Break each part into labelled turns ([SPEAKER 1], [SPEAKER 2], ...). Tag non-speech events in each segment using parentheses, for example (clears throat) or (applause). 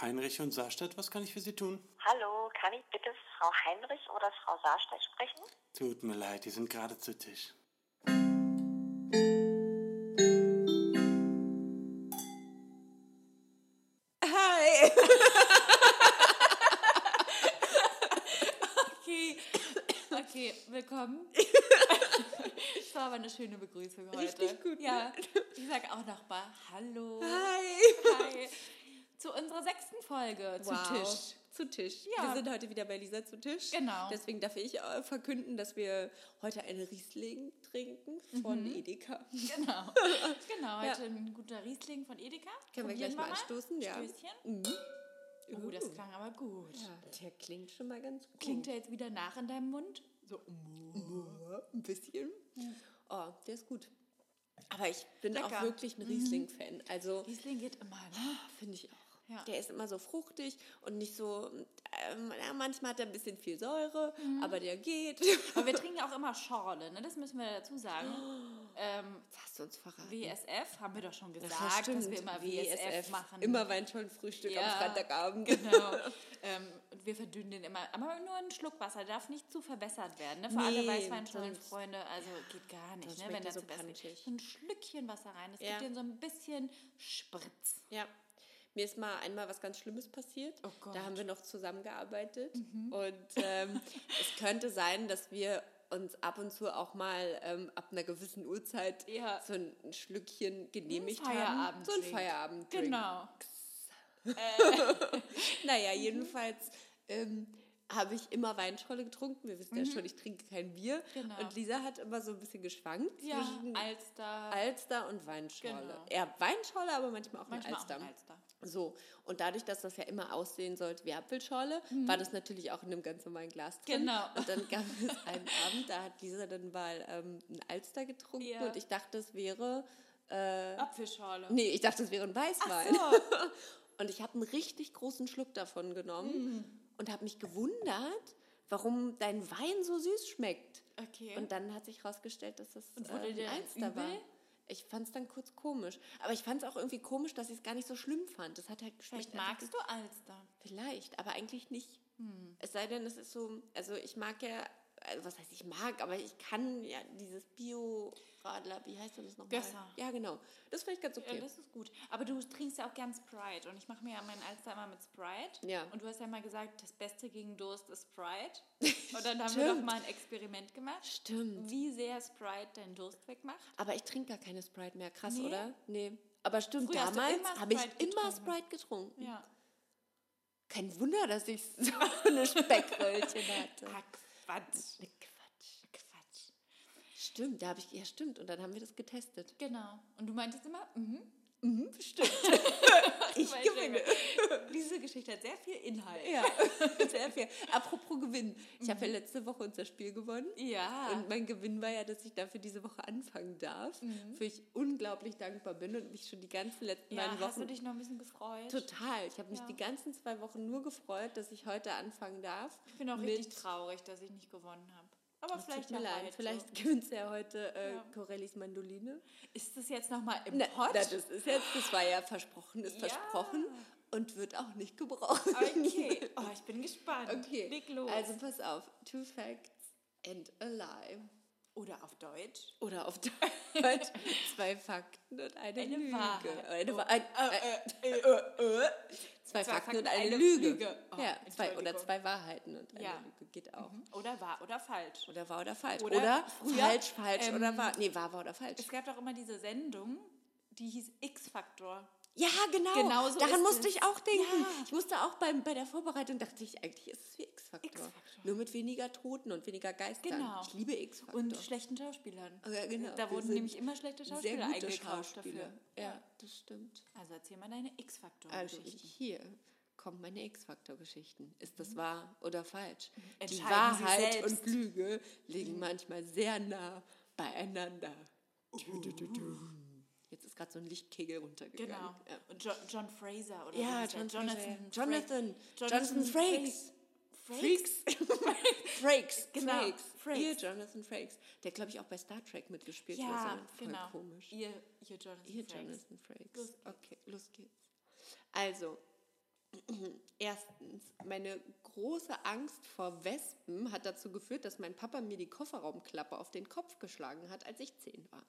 [SPEAKER 1] Heinrich und Saarstadt, was kann ich für Sie tun?
[SPEAKER 2] Hallo, kann ich bitte Frau Heinrich oder Frau Saarstedt sprechen?
[SPEAKER 1] Tut mir leid, die sind gerade zu Tisch.
[SPEAKER 3] Hi!
[SPEAKER 4] Okay, okay,
[SPEAKER 3] (laughs)
[SPEAKER 4] willkommen. Das war aber eine schöne Begrüßung heute.
[SPEAKER 3] Richtig gut, ne?
[SPEAKER 4] Ja, ich sage auch nochmal Hallo.
[SPEAKER 3] (laughs) Hi!
[SPEAKER 4] Hi. Zu unserer sechsten Folge zu
[SPEAKER 3] (laughs)
[SPEAKER 4] Tisch.
[SPEAKER 3] Zu Tisch.
[SPEAKER 4] Ja.
[SPEAKER 3] Wir sind heute wieder bei Lisa zu Tisch.
[SPEAKER 4] Genau.
[SPEAKER 3] Deswegen darf ich äh, verkünden, dass wir heute einen Riesling trinken von
[SPEAKER 4] Mhm.
[SPEAKER 3] Edeka.
[SPEAKER 4] Genau. Genau, heute ein guter Riesling von Edeka.
[SPEAKER 3] Können wir
[SPEAKER 4] Probieren
[SPEAKER 3] gleich mal
[SPEAKER 4] mal.
[SPEAKER 3] anstoßen, ja. Mhm.
[SPEAKER 4] Stößchen. Oh, das
[SPEAKER 3] Uh.
[SPEAKER 4] klang aber gut.
[SPEAKER 3] Ja, der klingt schon mal ganz gut.
[SPEAKER 4] Klingt der jetzt wieder nach in deinem Mund? So.
[SPEAKER 3] Ja, ein bisschen. Oh, der ist gut. Aber ich bin
[SPEAKER 4] Lecker. Mhm.
[SPEAKER 3] auch wirklich ein Riesling-Fan. Also
[SPEAKER 4] Riesling geht immer, ne?
[SPEAKER 3] (gasps) finde ich auch.
[SPEAKER 4] Ja.
[SPEAKER 3] Der ist immer so fruchtig und nicht so. Ähm, ja, manchmal hat er ein bisschen viel Säure,
[SPEAKER 4] Mhm.
[SPEAKER 3] aber der
[SPEAKER 4] (laughs)
[SPEAKER 3] geht.
[SPEAKER 4] Aber wir trinken ja auch immer Schorle, ne? Das müssen wir
[SPEAKER 3] (gasps)
[SPEAKER 4] dazu sagen. Ähm,
[SPEAKER 3] Hast du uns verraten?
[SPEAKER 4] WSF haben wir doch schon gesagt,
[SPEAKER 3] Ach, ja,
[SPEAKER 4] dass
[SPEAKER 3] stimmt.
[SPEAKER 4] wir immer WSF, machen.
[SPEAKER 3] Immer Weinschollenfrühstück am
[SPEAKER 4] Ja.
[SPEAKER 3] Freitagabend.
[SPEAKER 4] (laughs) Genau. ähm, und wir verdünnen den immer. Aber nur einen Schluck Wasser darf nicht zu verbessert werden. Ne? Für alle
[SPEAKER 3] Nee,
[SPEAKER 4] Weißweinschollen-Freunde, also geht gar nicht,
[SPEAKER 3] sonst
[SPEAKER 4] ne?
[SPEAKER 3] schmeckt
[SPEAKER 4] wenn
[SPEAKER 3] der
[SPEAKER 4] da
[SPEAKER 3] so
[SPEAKER 4] zu besser ist.
[SPEAKER 3] pantig.
[SPEAKER 4] So ein Schlückchen Wasser rein. Das
[SPEAKER 3] Ja.
[SPEAKER 4] gibt den so ein bisschen Spritz.
[SPEAKER 3] Ja. Mir ist mal einmal was ganz Schlimmes passiert.
[SPEAKER 4] Oh Gott. Mhm.
[SPEAKER 3] Da haben wir noch zusammengearbeitet. Und
[SPEAKER 4] (laughs)
[SPEAKER 3] ähm, es könnte sein, dass wir uns ab und zu auch mal ähm, ab einer gewissen Uhrzeit
[SPEAKER 4] Ja.
[SPEAKER 3] so ein Schlückchen genehmigt haben.
[SPEAKER 4] Feierabend
[SPEAKER 3] So ein
[SPEAKER 4] trinkt.
[SPEAKER 3] Feierabend.
[SPEAKER 4] Genau.
[SPEAKER 3] Naja,
[SPEAKER 4] Mhm.
[SPEAKER 3] jedenfalls ähm, habe ich immer Weinschorle getrunken. Wir wissen ja schon, ich trinke kein Bier.
[SPEAKER 4] Mhm. Genau.
[SPEAKER 3] Und Lisa hat immer so ein bisschen geschwankt
[SPEAKER 4] Ja,
[SPEAKER 3] zwischen
[SPEAKER 4] Alster.
[SPEAKER 3] Alster und Weinschorle.
[SPEAKER 4] Genau.
[SPEAKER 3] Ja, Weinschorle, aber manchmal auch
[SPEAKER 4] Manchmal
[SPEAKER 3] ein Alster.
[SPEAKER 4] auch ein Alster.
[SPEAKER 3] So, und dadurch, dass das ja immer aussehen sollte wie Apfelschorle, war das natürlich auch in einem ganz normalen Glas drin.
[SPEAKER 4] Mhm. Genau.
[SPEAKER 3] Und dann
[SPEAKER 4] (laughs)
[SPEAKER 3] gab es einen Abend, da hat Lisa dann mal ähm, ein Alster getrunken
[SPEAKER 4] Ja.
[SPEAKER 3] und ich dachte, es wäre.
[SPEAKER 4] Apfelschorle.
[SPEAKER 3] Nee, ich dachte, es wäre ein Weißwein.
[SPEAKER 4] So.
[SPEAKER 3] (laughs)
[SPEAKER 4] Mm.
[SPEAKER 3] Und ich habe einen richtig großen Schluck davon genommen und habe mich gewundert, warum dein Wein so süß schmeckt.
[SPEAKER 4] Okay.
[SPEAKER 3] Und dann hat sich herausgestellt, dass das
[SPEAKER 4] Und wurde
[SPEAKER 3] äh, ein
[SPEAKER 4] dir dann
[SPEAKER 3] Alster war.
[SPEAKER 4] übel?
[SPEAKER 3] Ich fand es dann kurz komisch. Aber ich fand es auch irgendwie komisch, dass ich es gar nicht so schlimm fand. Das hat halt geschmeckt.
[SPEAKER 4] Vielleicht magst du Hm. Alster.
[SPEAKER 3] Vielleicht, aber eigentlich nicht. Es sei denn, es ist so, also ich mag ja, also was heißt ich mag, aber ich kann ja dieses Bio-Radler, wie heißt denn das nochmal?
[SPEAKER 4] Gösser.
[SPEAKER 3] Ja, genau. Das finde ich ganz okay.
[SPEAKER 4] Ja, das ist gut. Aber du trinkst ja auch gern Sprite. Und ich mache mir ja meinen Alster immer mit Sprite.
[SPEAKER 3] Ja.
[SPEAKER 4] Und du hast ja mal gesagt, das Beste gegen Durst ist Sprite.
[SPEAKER 3] (laughs)
[SPEAKER 4] Und dann haben wir doch
[SPEAKER 3] Stimmt.
[SPEAKER 4] mal ein Experiment gemacht.
[SPEAKER 3] Stimmt.
[SPEAKER 4] Wie sehr Sprite deinen Durst wegmacht.
[SPEAKER 3] Aber ich trinke gar keine Sprite mehr. Krass,
[SPEAKER 4] Nee?
[SPEAKER 3] oder? Nee. Aber stimmt,
[SPEAKER 4] Früher hast du
[SPEAKER 3] damals
[SPEAKER 4] immer
[SPEAKER 3] habe ich
[SPEAKER 4] Sprite
[SPEAKER 3] immer
[SPEAKER 4] getrunken.
[SPEAKER 3] Sprite getrunken.
[SPEAKER 4] Ja.
[SPEAKER 3] Kein Wunder, dass ich (laughs) so eine Speckröllchen hatte.
[SPEAKER 4] Ah, Quatsch.
[SPEAKER 3] Nee, Quatsch.
[SPEAKER 4] Quatsch.
[SPEAKER 3] Stimmt, da habe ich, ja stimmt. Und dann haben wir das (laughs) getestet.
[SPEAKER 4] Genau. Und du meintest immer, mhm.
[SPEAKER 3] (laughs) Ich
[SPEAKER 4] weil
[SPEAKER 3] gewinne.
[SPEAKER 4] Diese Geschichte hat sehr viel Inhalt.
[SPEAKER 3] Ja, (laughs) Mhm. sehr viel. Apropos Gewinn. Ich habe ja letzte Woche unser Spiel gewonnen.
[SPEAKER 4] Ja.
[SPEAKER 3] Und mein Gewinn war ja, dass ich dafür diese Woche anfangen darf, für ich unglaublich dankbar bin und mich schon die ganzen letzten
[SPEAKER 4] Ja,
[SPEAKER 3] beiden
[SPEAKER 4] hast du
[SPEAKER 3] Wochen
[SPEAKER 4] dich noch ein bisschen gefreut?
[SPEAKER 3] total. Ich habe mich
[SPEAKER 4] Ja.
[SPEAKER 3] die ganzen zwei Wochen nur gefreut, dass ich heute anfangen darf.
[SPEAKER 4] Ich bin auch
[SPEAKER 3] mit- Oh,
[SPEAKER 4] richtig traurig, dass ich nicht gewonnen habe. Aber vielleicht
[SPEAKER 3] Tut mir
[SPEAKER 4] noch
[SPEAKER 3] leid.
[SPEAKER 4] heute.
[SPEAKER 3] Vielleicht gewinnt ja heute äh,
[SPEAKER 4] Ja.
[SPEAKER 3] Corellis Mandoline.
[SPEAKER 4] ist das jetzt nochmal im
[SPEAKER 3] Na,
[SPEAKER 4] Pott.
[SPEAKER 3] na, Ne, das ist (laughs) jetzt, das war ja versprochen, ist
[SPEAKER 4] Ja.
[SPEAKER 3] versprochen und wird auch nicht gebraucht.
[SPEAKER 4] Okay. Oh, ich bin gespannt.
[SPEAKER 3] (laughs) Okay.
[SPEAKER 4] Leg los.
[SPEAKER 3] Also pass auf. Two facts and a lie.
[SPEAKER 4] Oder auf Deutsch.
[SPEAKER 3] Oder
[SPEAKER 4] (laughs)
[SPEAKER 3] auf Deutsch zwei Fakten und eine,
[SPEAKER 4] Eine
[SPEAKER 3] Lüge.
[SPEAKER 4] Wahrheit. Oh.
[SPEAKER 3] Eine Wahr- ein,
[SPEAKER 4] äh, äh,
[SPEAKER 3] äh, äh. Zwei, Fakten und eine, Lüge.
[SPEAKER 4] Oh,
[SPEAKER 3] ja, zwei, oder
[SPEAKER 4] Entschuldigung.
[SPEAKER 3] zwei Wahrheiten und eine
[SPEAKER 4] Ja.
[SPEAKER 3] Lüge geht auch.
[SPEAKER 4] Oder wahr oder falsch.
[SPEAKER 3] Oder wahr oder falsch. Oder,
[SPEAKER 4] Oder früher,
[SPEAKER 3] falsch, falsch
[SPEAKER 4] ähm,
[SPEAKER 3] oder wahr. Nee, wahr, wahr oder falsch.
[SPEAKER 4] Es gab doch immer diese Sendung, die hieß X-Faktor.
[SPEAKER 3] Ja, genau.
[SPEAKER 4] Genau so
[SPEAKER 3] Daran
[SPEAKER 4] ist
[SPEAKER 3] musste
[SPEAKER 4] es.
[SPEAKER 3] ich auch denken. Ich musste auch beim, bei der Vorbereitung dachte ich, eigentlich ist es wie X-Faktor.
[SPEAKER 4] X-Faktor.
[SPEAKER 3] Nur mit weniger Toten und weniger Geistern.
[SPEAKER 4] Genau.
[SPEAKER 3] Ich liebe X-Faktor.
[SPEAKER 4] Und schlechten Schauspielern.
[SPEAKER 3] Oh ja, genau.
[SPEAKER 4] Da
[SPEAKER 3] Wir
[SPEAKER 4] wurden
[SPEAKER 3] sind
[SPEAKER 4] nämlich immer schlechte Schauspieler
[SPEAKER 3] sehr gute
[SPEAKER 4] eingekauft
[SPEAKER 3] Schauspieler.
[SPEAKER 4] dafür.
[SPEAKER 3] Ja, das stimmt.
[SPEAKER 4] Also erzähl mal deine
[SPEAKER 3] Also
[SPEAKER 4] X-Faktor-Geschichte.
[SPEAKER 3] ich hier kommen meine X-Faktor-Geschichten. Ist das wahr oder falsch? Die
[SPEAKER 4] Mhm. Entscheiden Sie
[SPEAKER 3] Wahrheit
[SPEAKER 4] selbst. Mhm.
[SPEAKER 3] und Lüge liegen manchmal sehr nah beieinander. Jetzt ist gerade so ein Lichtkegel runtergegangen.
[SPEAKER 4] Uh. Genau.
[SPEAKER 3] Ja.
[SPEAKER 4] Und jo John Fraser oder
[SPEAKER 3] Ja,
[SPEAKER 4] so hieß er.
[SPEAKER 3] John Jonathan.
[SPEAKER 4] Fra-
[SPEAKER 3] Jonathan. Jonathan
[SPEAKER 4] Jonathan
[SPEAKER 3] Frakes.
[SPEAKER 4] Frakes.
[SPEAKER 3] (laughs) Frakes.
[SPEAKER 4] Genau,
[SPEAKER 3] Frakes.
[SPEAKER 4] Frakes.
[SPEAKER 3] Ihr Jonathan Frakes. Der, glaube ich, auch bei Star Trek mitgespielt
[SPEAKER 4] Ja,
[SPEAKER 3] oder so. Voll
[SPEAKER 4] genau.
[SPEAKER 3] komisch.
[SPEAKER 4] Ihr, ihr Jonathan
[SPEAKER 3] Ihr
[SPEAKER 4] Frakes.
[SPEAKER 3] Jonathan Frakes.
[SPEAKER 4] Los geht's.
[SPEAKER 3] Okay, los geht's. Also, (clears throat) Erstens, meine große Angst vor Wespen hat dazu geführt, dass mein Papa mir die Kofferraumklappe auf den Kopf geschlagen hat, als ich zehn war.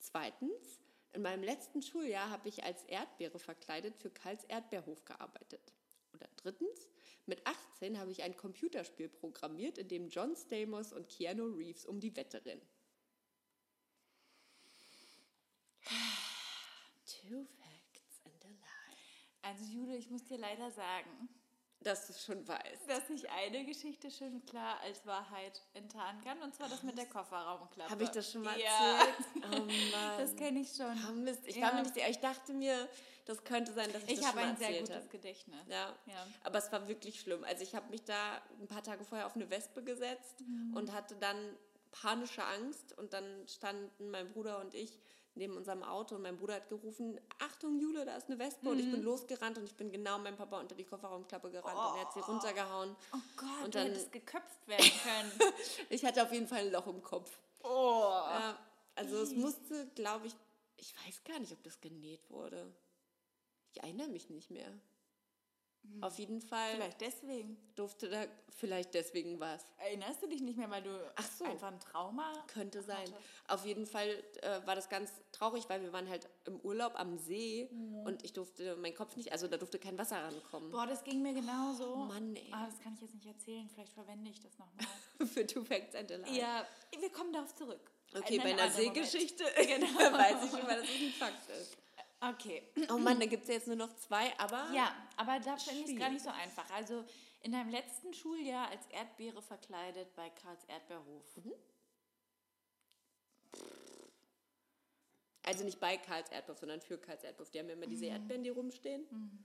[SPEAKER 3] Zweitens, in meinem letzten Schuljahr habe ich als Erdbeere verkleidet für Karls Erdbeerhof gearbeitet. Oder drittens, mit 18 habe ich ein Computerspiel programmiert, in dem John Stamos und Keanu Reeves um die Wette rennen. Two facts and a lie.
[SPEAKER 4] Also Jule, ich muss dir leider sagen,
[SPEAKER 3] Dass du es schon weißt.
[SPEAKER 4] dass ich eine Geschichte schon klar als Wahrheit enttarnen kann, und zwar das mit der Kofferraumklappe.
[SPEAKER 3] Habe ich das schon mal
[SPEAKER 4] ja, (laughs)
[SPEAKER 3] erzählt? Oh Mann.
[SPEAKER 4] Das kenne ich schon.
[SPEAKER 3] Ah, Mist. Ich,
[SPEAKER 4] Ja.
[SPEAKER 3] war mir nicht, sicher. ich dachte mir, das könnte sein, dass ich,
[SPEAKER 4] Ich
[SPEAKER 3] das schon
[SPEAKER 4] habe
[SPEAKER 3] mal
[SPEAKER 4] ein sehr
[SPEAKER 3] erzählt
[SPEAKER 4] gutes
[SPEAKER 3] habe.
[SPEAKER 4] Gedächtnis.
[SPEAKER 3] Ja.
[SPEAKER 4] Ja.
[SPEAKER 3] aber es war wirklich schlimm. Also ich habe mich da ein paar Tage vorher auf eine Wespe gesetzt
[SPEAKER 4] Mhm.
[SPEAKER 3] und hatte dann panische Angst und dann standen mein Bruder und ich neben unserem Auto und mein Bruder hat gerufen, Achtung Jule, da ist eine Wespe und ich
[SPEAKER 4] Mhm.
[SPEAKER 3] bin losgerannt und ich bin genau meinem Papa unter die Kofferraumklappe gerannt und er hat sie runtergehauen.
[SPEAKER 4] Oh Gott,
[SPEAKER 3] Und
[SPEAKER 4] du
[SPEAKER 3] dann-
[SPEAKER 4] hättest geköpft werden
[SPEAKER 3] (laughs)
[SPEAKER 4] können.
[SPEAKER 3] Ich hatte auf jeden Fall ein Loch im Kopf.
[SPEAKER 4] oh.
[SPEAKER 3] Ja, also es musste, glaube ich, ich weiß gar nicht, ob das genäht wurde. Ich erinnere mich nicht mehr. Auf jeden Fall
[SPEAKER 4] Hm. Vielleicht deswegen.
[SPEAKER 3] durfte da vielleicht deswegen was.
[SPEAKER 4] Erinnerst du dich nicht mehr, weil du
[SPEAKER 3] Ach so.
[SPEAKER 4] einfach ein Trauma
[SPEAKER 3] Könnte sein.
[SPEAKER 4] hattest?
[SPEAKER 3] Auf jeden Fall äh, war das ganz traurig, weil wir waren halt im Urlaub am See und ich durfte meinen Kopf nicht, also da durfte kein Wasser rankommen.
[SPEAKER 4] Mhm.
[SPEAKER 3] Oh
[SPEAKER 4] Boah, ah. das ging mir genauso.
[SPEAKER 3] Mann, ey.
[SPEAKER 4] Aber das kann ich jetzt nicht erzählen. Vielleicht verwende ich das nochmal.
[SPEAKER 3] (laughs) Für Two Facts and a Lie.
[SPEAKER 4] ja, wir kommen darauf zurück.
[SPEAKER 3] Okay,
[SPEAKER 4] In
[SPEAKER 3] bei
[SPEAKER 4] einem
[SPEAKER 3] einer
[SPEAKER 4] anderen Moment. (laughs)
[SPEAKER 3] Seegeschichte (laughs) weiß ich schon mal, dass es ein Fakt ist.
[SPEAKER 4] Okay.
[SPEAKER 3] Oh Mann, da gibt es ja jetzt nur noch zwei, aber
[SPEAKER 4] Genau. Ja, aber da finde ich es
[SPEAKER 3] Schwierig.
[SPEAKER 4] gar nicht so einfach. Also in deinem letzten Schuljahr als Erdbeere verkleidet bei Karls Erdbeerhof.
[SPEAKER 3] Mhm. also nicht bei Karls Erdbeer, sondern für Karls Erdbeer. Die haben ja immer diese Erdbeeren, die rumstehen.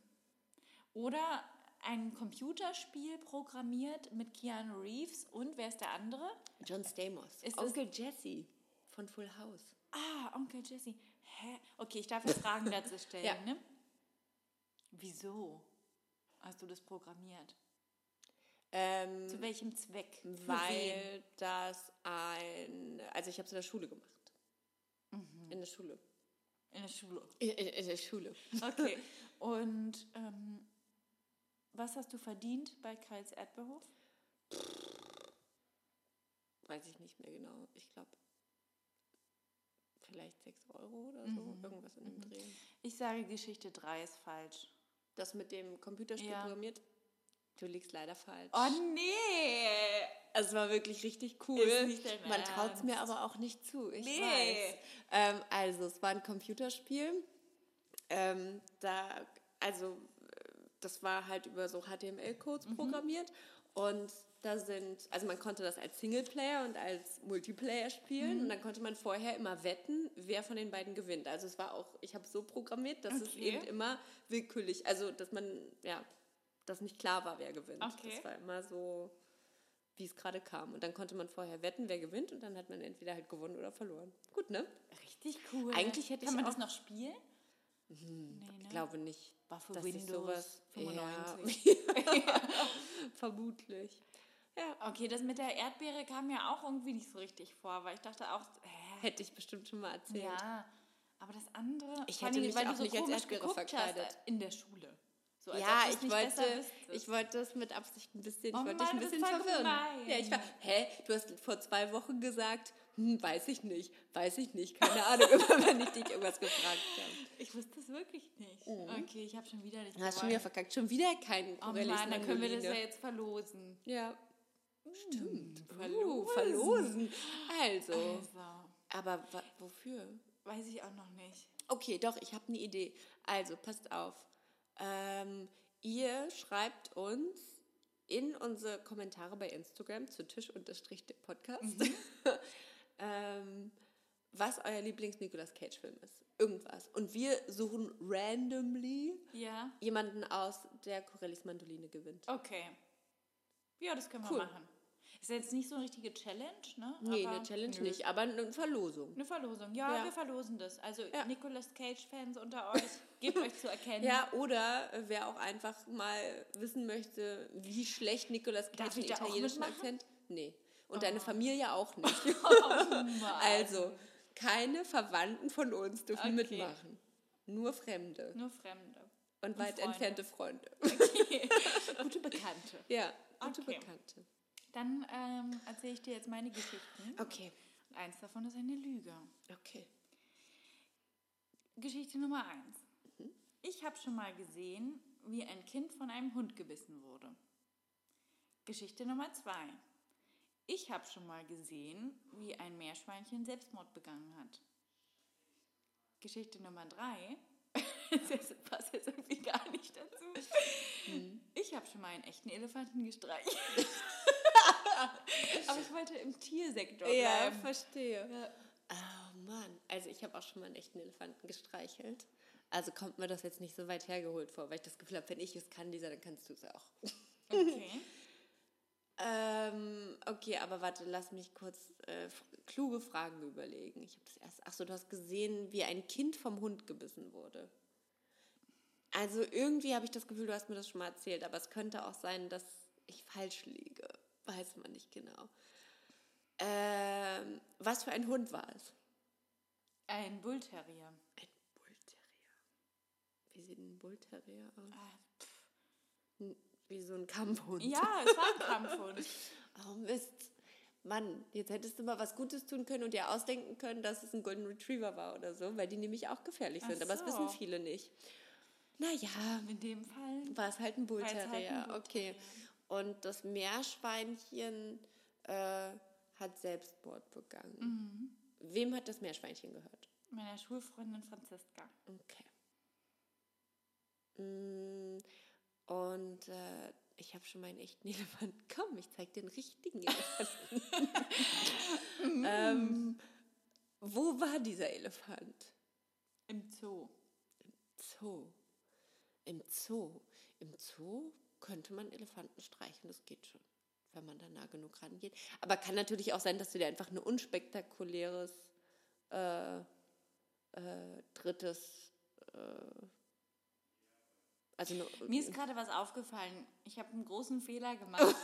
[SPEAKER 4] Oder ein Computerspiel programmiert mit Keanu Reeves und wer ist der andere?
[SPEAKER 3] John Stamos.
[SPEAKER 4] Ist
[SPEAKER 3] Onkel Jesse von Full House.
[SPEAKER 4] Ah, Onkel Jesse. Hä? Okay, ich darf jetzt Fragen
[SPEAKER 3] (laughs)
[SPEAKER 4] dazu stellen,
[SPEAKER 3] Ja.
[SPEAKER 4] ne? Wieso hast du das programmiert?
[SPEAKER 3] Ähm,
[SPEAKER 4] Zu welchem Zweck? Für wen?
[SPEAKER 3] weil das ein, also ich habe es in der Schule gemacht. In der Schule.
[SPEAKER 4] In der Schule.
[SPEAKER 3] In, der Schule.
[SPEAKER 4] Okay. Und ähm, was hast du verdient bei Karls Erdbeerhof?
[SPEAKER 3] (laughs) Weiß ich nicht mehr genau. Ich glaube, vielleicht 6 Euro oder so. Irgendwas in dem Dreh.
[SPEAKER 4] Ich sage, Geschichte 3 ist falsch.
[SPEAKER 3] Das mit dem Computerspiel
[SPEAKER 4] Ja.
[SPEAKER 3] programmiert, du liegst leider falsch.
[SPEAKER 4] Oh nee!
[SPEAKER 3] Also es war wirklich richtig cool.
[SPEAKER 4] Ist nicht dein
[SPEAKER 3] Man traut es mir aber auch nicht zu. Ich
[SPEAKER 4] Nee.
[SPEAKER 3] weiß. Ähm, also, es war ein Computerspiel. Ähm, da, also, äh, das war halt über so
[SPEAKER 4] Mhm.
[SPEAKER 3] HTML-Codes programmiert. Und da sind, also man konnte das als Singleplayer und als Multiplayer
[SPEAKER 4] Mhm.
[SPEAKER 3] spielen. Und dann konnte man vorher immer wetten, wer von den beiden gewinnt. Also es war auch, ich habe so programmiert, dass es
[SPEAKER 4] Okay.
[SPEAKER 3] eben immer willkürlich, also dass man, ja, dass nicht klar war, wer gewinnt.
[SPEAKER 4] Okay.
[SPEAKER 3] Das war immer so wie es gerade kam. Und dann konnte man vorher wetten, wer gewinnt, und dann hat man entweder halt gewonnen oder verloren. Gut, ne?
[SPEAKER 4] Richtig cool.
[SPEAKER 3] Eigentlich hätte ich
[SPEAKER 4] Kann man
[SPEAKER 3] auch- Hm,
[SPEAKER 4] das noch spielen? Nee, ne?
[SPEAKER 3] Ich glaube nicht.
[SPEAKER 4] War für
[SPEAKER 3] ich
[SPEAKER 4] Windows 95.
[SPEAKER 3] Ja, (laughs) vermutlich.
[SPEAKER 4] Okay, das mit der Erdbeere kam mir auch irgendwie nicht so richtig vor, weil ich dachte auch, hä?
[SPEAKER 3] Hätte ich bestimmt schon mal erzählt.
[SPEAKER 4] Ja, aber das andere,
[SPEAKER 3] Ich
[SPEAKER 4] vor
[SPEAKER 3] hätte
[SPEAKER 4] allem,
[SPEAKER 3] mich
[SPEAKER 4] weil du
[SPEAKER 3] auch
[SPEAKER 4] so
[SPEAKER 3] nicht als
[SPEAKER 4] komisch
[SPEAKER 3] Erdbeere
[SPEAKER 4] geguckt hast,
[SPEAKER 3] verkleidet.
[SPEAKER 4] äh, in der Schule. So, als
[SPEAKER 3] Ja,
[SPEAKER 4] ob du's
[SPEAKER 3] ich
[SPEAKER 4] nicht besser
[SPEAKER 3] wollte,
[SPEAKER 4] wüsstest.
[SPEAKER 3] ich wollte es mit Absicht ein bisschen,
[SPEAKER 4] Oh
[SPEAKER 3] ich wollte
[SPEAKER 4] Mann,
[SPEAKER 3] dich
[SPEAKER 4] das
[SPEAKER 3] ein
[SPEAKER 4] ist
[SPEAKER 3] bisschen
[SPEAKER 4] voll
[SPEAKER 3] verwirren.
[SPEAKER 4] gemein.
[SPEAKER 3] Ja, ich war, hä, du hast vor zwei Wochen gesagt, hm, weiß ich nicht, weiß ich nicht, keine Ahnung, (laughs) immer wenn ich dich irgendwas gefragt habe.
[SPEAKER 4] (laughs) ich wusste es wirklich nicht. Okay, ich habe schon wieder nicht
[SPEAKER 3] Du Oh. hast schon
[SPEAKER 4] gewonnen.
[SPEAKER 3] wieder verkackt, schon wieder kein
[SPEAKER 4] Oh
[SPEAKER 3] Corellis
[SPEAKER 4] Mann, dann können wir das ja
[SPEAKER 3] Mandoline.
[SPEAKER 4] jetzt verlosen.
[SPEAKER 3] Ja. Stimmt.
[SPEAKER 4] verlosen.
[SPEAKER 3] Uh, verlosen. Also.
[SPEAKER 4] Also,
[SPEAKER 3] Aber wa- wofür?
[SPEAKER 4] weiß ich auch noch nicht.
[SPEAKER 3] Okay, doch, ich habe eine Idee. Also, passt auf. Ähm, ihr schreibt uns in unsere Kommentare bei Instagram zu Tisch-Podcast, (laughs) ähm, was euer Lieblings-Nicolas Cage-Film ist. Irgendwas. Und wir suchen randomly
[SPEAKER 4] Ja,
[SPEAKER 3] jemanden aus, der Corellis Mandoline gewinnt.
[SPEAKER 4] okay. Ja, das können
[SPEAKER 3] Cool.
[SPEAKER 4] wir machen. Ist jetzt nicht so eine richtige Challenge, ne?
[SPEAKER 3] Nee,
[SPEAKER 4] Aber-
[SPEAKER 3] eine Challenge
[SPEAKER 4] Nö.
[SPEAKER 3] nicht, aber eine Verlosung.
[SPEAKER 4] Eine Verlosung. Ja,
[SPEAKER 3] Ja.
[SPEAKER 4] wir verlosen das. Also
[SPEAKER 3] Ja.
[SPEAKER 4] Nicolas Cage-Fans unter euch,
[SPEAKER 3] (laughs)
[SPEAKER 4] gebt euch zu erkennen.
[SPEAKER 3] Ja, oder äh, wer auch einfach mal wissen möchte, wie schlecht Nicolas Cage
[SPEAKER 4] Darf
[SPEAKER 3] den
[SPEAKER 4] ich da auch
[SPEAKER 3] italienischen
[SPEAKER 4] mitmachen? Oh.
[SPEAKER 3] Akzent. Nee. Und deine Familie auch
[SPEAKER 4] (laughs)
[SPEAKER 3] nicht. also, keine Verwandten von uns dürfen
[SPEAKER 4] Okay.
[SPEAKER 3] mitmachen. Nur Fremde. (laughs)
[SPEAKER 4] Nur Fremde.
[SPEAKER 3] und weit
[SPEAKER 4] Freunde.
[SPEAKER 3] entfernte Freunde. (laughs)
[SPEAKER 4] Okay. Gute Bekannte.
[SPEAKER 3] Ja, gute
[SPEAKER 4] Okay.
[SPEAKER 3] Bekannte.
[SPEAKER 4] Dann ähm, erzähle ich dir jetzt meine Geschichten.
[SPEAKER 3] Okay,
[SPEAKER 4] Und eins davon ist eine Lüge.
[SPEAKER 3] okay.
[SPEAKER 4] Geschichte Nummer eins. Ich habe schon mal gesehen, wie ein Kind von einem Hund gebissen wurde. Geschichte Nummer zwei. Ich habe schon mal gesehen, wie ein Meerschweinchen Selbstmord begangen hat. Geschichte Nummer drei. (laughs) Das passt jetzt irgendwie gar nicht dazu. Ich habe schon mal einen echten Elefanten gestreichelt. Aber ich wollte im Tiersektor
[SPEAKER 3] Ja,
[SPEAKER 4] bleiben.
[SPEAKER 3] verstehe. Oh Mann, also ich habe auch schon mal einen echten Elefanten gestreichelt. Also kommt mir das jetzt nicht so weit hergeholt vor, weil ich das Gefühl habe, wenn ich es kann, Lisa, dann kannst du es auch.
[SPEAKER 4] Okay.
[SPEAKER 3] Ähm, okay, aber warte, lass mich kurz äh, f- kluge Fragen überlegen. Ich habe das erst. Achso, du hast gesehen, wie ein Kind vom Hund gebissen wurde. Also irgendwie habe ich das Gefühl, du hast mir das schon mal erzählt, aber es könnte auch sein, dass ich falsch liege. Weiß man nicht genau. Ähm, was für ein Hund war es?
[SPEAKER 4] Ein Bullterrier.
[SPEAKER 3] Ein Bullterrier. Wie sieht ein Bullterrier aus?
[SPEAKER 4] Ah,
[SPEAKER 3] Wie so ein Kampfhund. (laughs)
[SPEAKER 4] Ja, es war ein Kampfhund.
[SPEAKER 3] Oh Mist. Mann, jetzt hättest du mal was Gutes tun können und dir ausdenken können, dass es ein Golden Retriever war oder so, weil die nämlich auch gefährlich
[SPEAKER 4] Ach
[SPEAKER 3] sind. Aber das
[SPEAKER 4] so.
[SPEAKER 3] wissen viele nicht. Naja,
[SPEAKER 4] In dem Fall.
[SPEAKER 3] war es halt ein
[SPEAKER 4] es halt
[SPEAKER 3] Bullterrier.
[SPEAKER 4] ein
[SPEAKER 3] Okay. Und das Meerschweinchen äh, hat Selbstmord begangen.
[SPEAKER 4] Mhm.
[SPEAKER 3] Wem hat das Meerschweinchen gehört?
[SPEAKER 4] Meiner Schulfreundin Franziska.
[SPEAKER 3] Okay. Mm, Und äh, ich habe schon meinen echten (laughs) Elefanten. Komm, ich zeig dir den richtigen Elefanten. ähm, wo war dieser Elefant?
[SPEAKER 4] Im Zoo.
[SPEAKER 3] Zoo. Im Zoo. Im Zoo könnte man Elefanten streichen, das geht schon, wenn man da nah genug rangeht. Aber kann natürlich auch sein, dass du dir einfach ein unspektakuläres äh, äh, drittes. Äh, also eine,
[SPEAKER 4] Mir ist gerade was aufgefallen. Ich habe einen großen Fehler
[SPEAKER 3] (laughs)
[SPEAKER 4] gemacht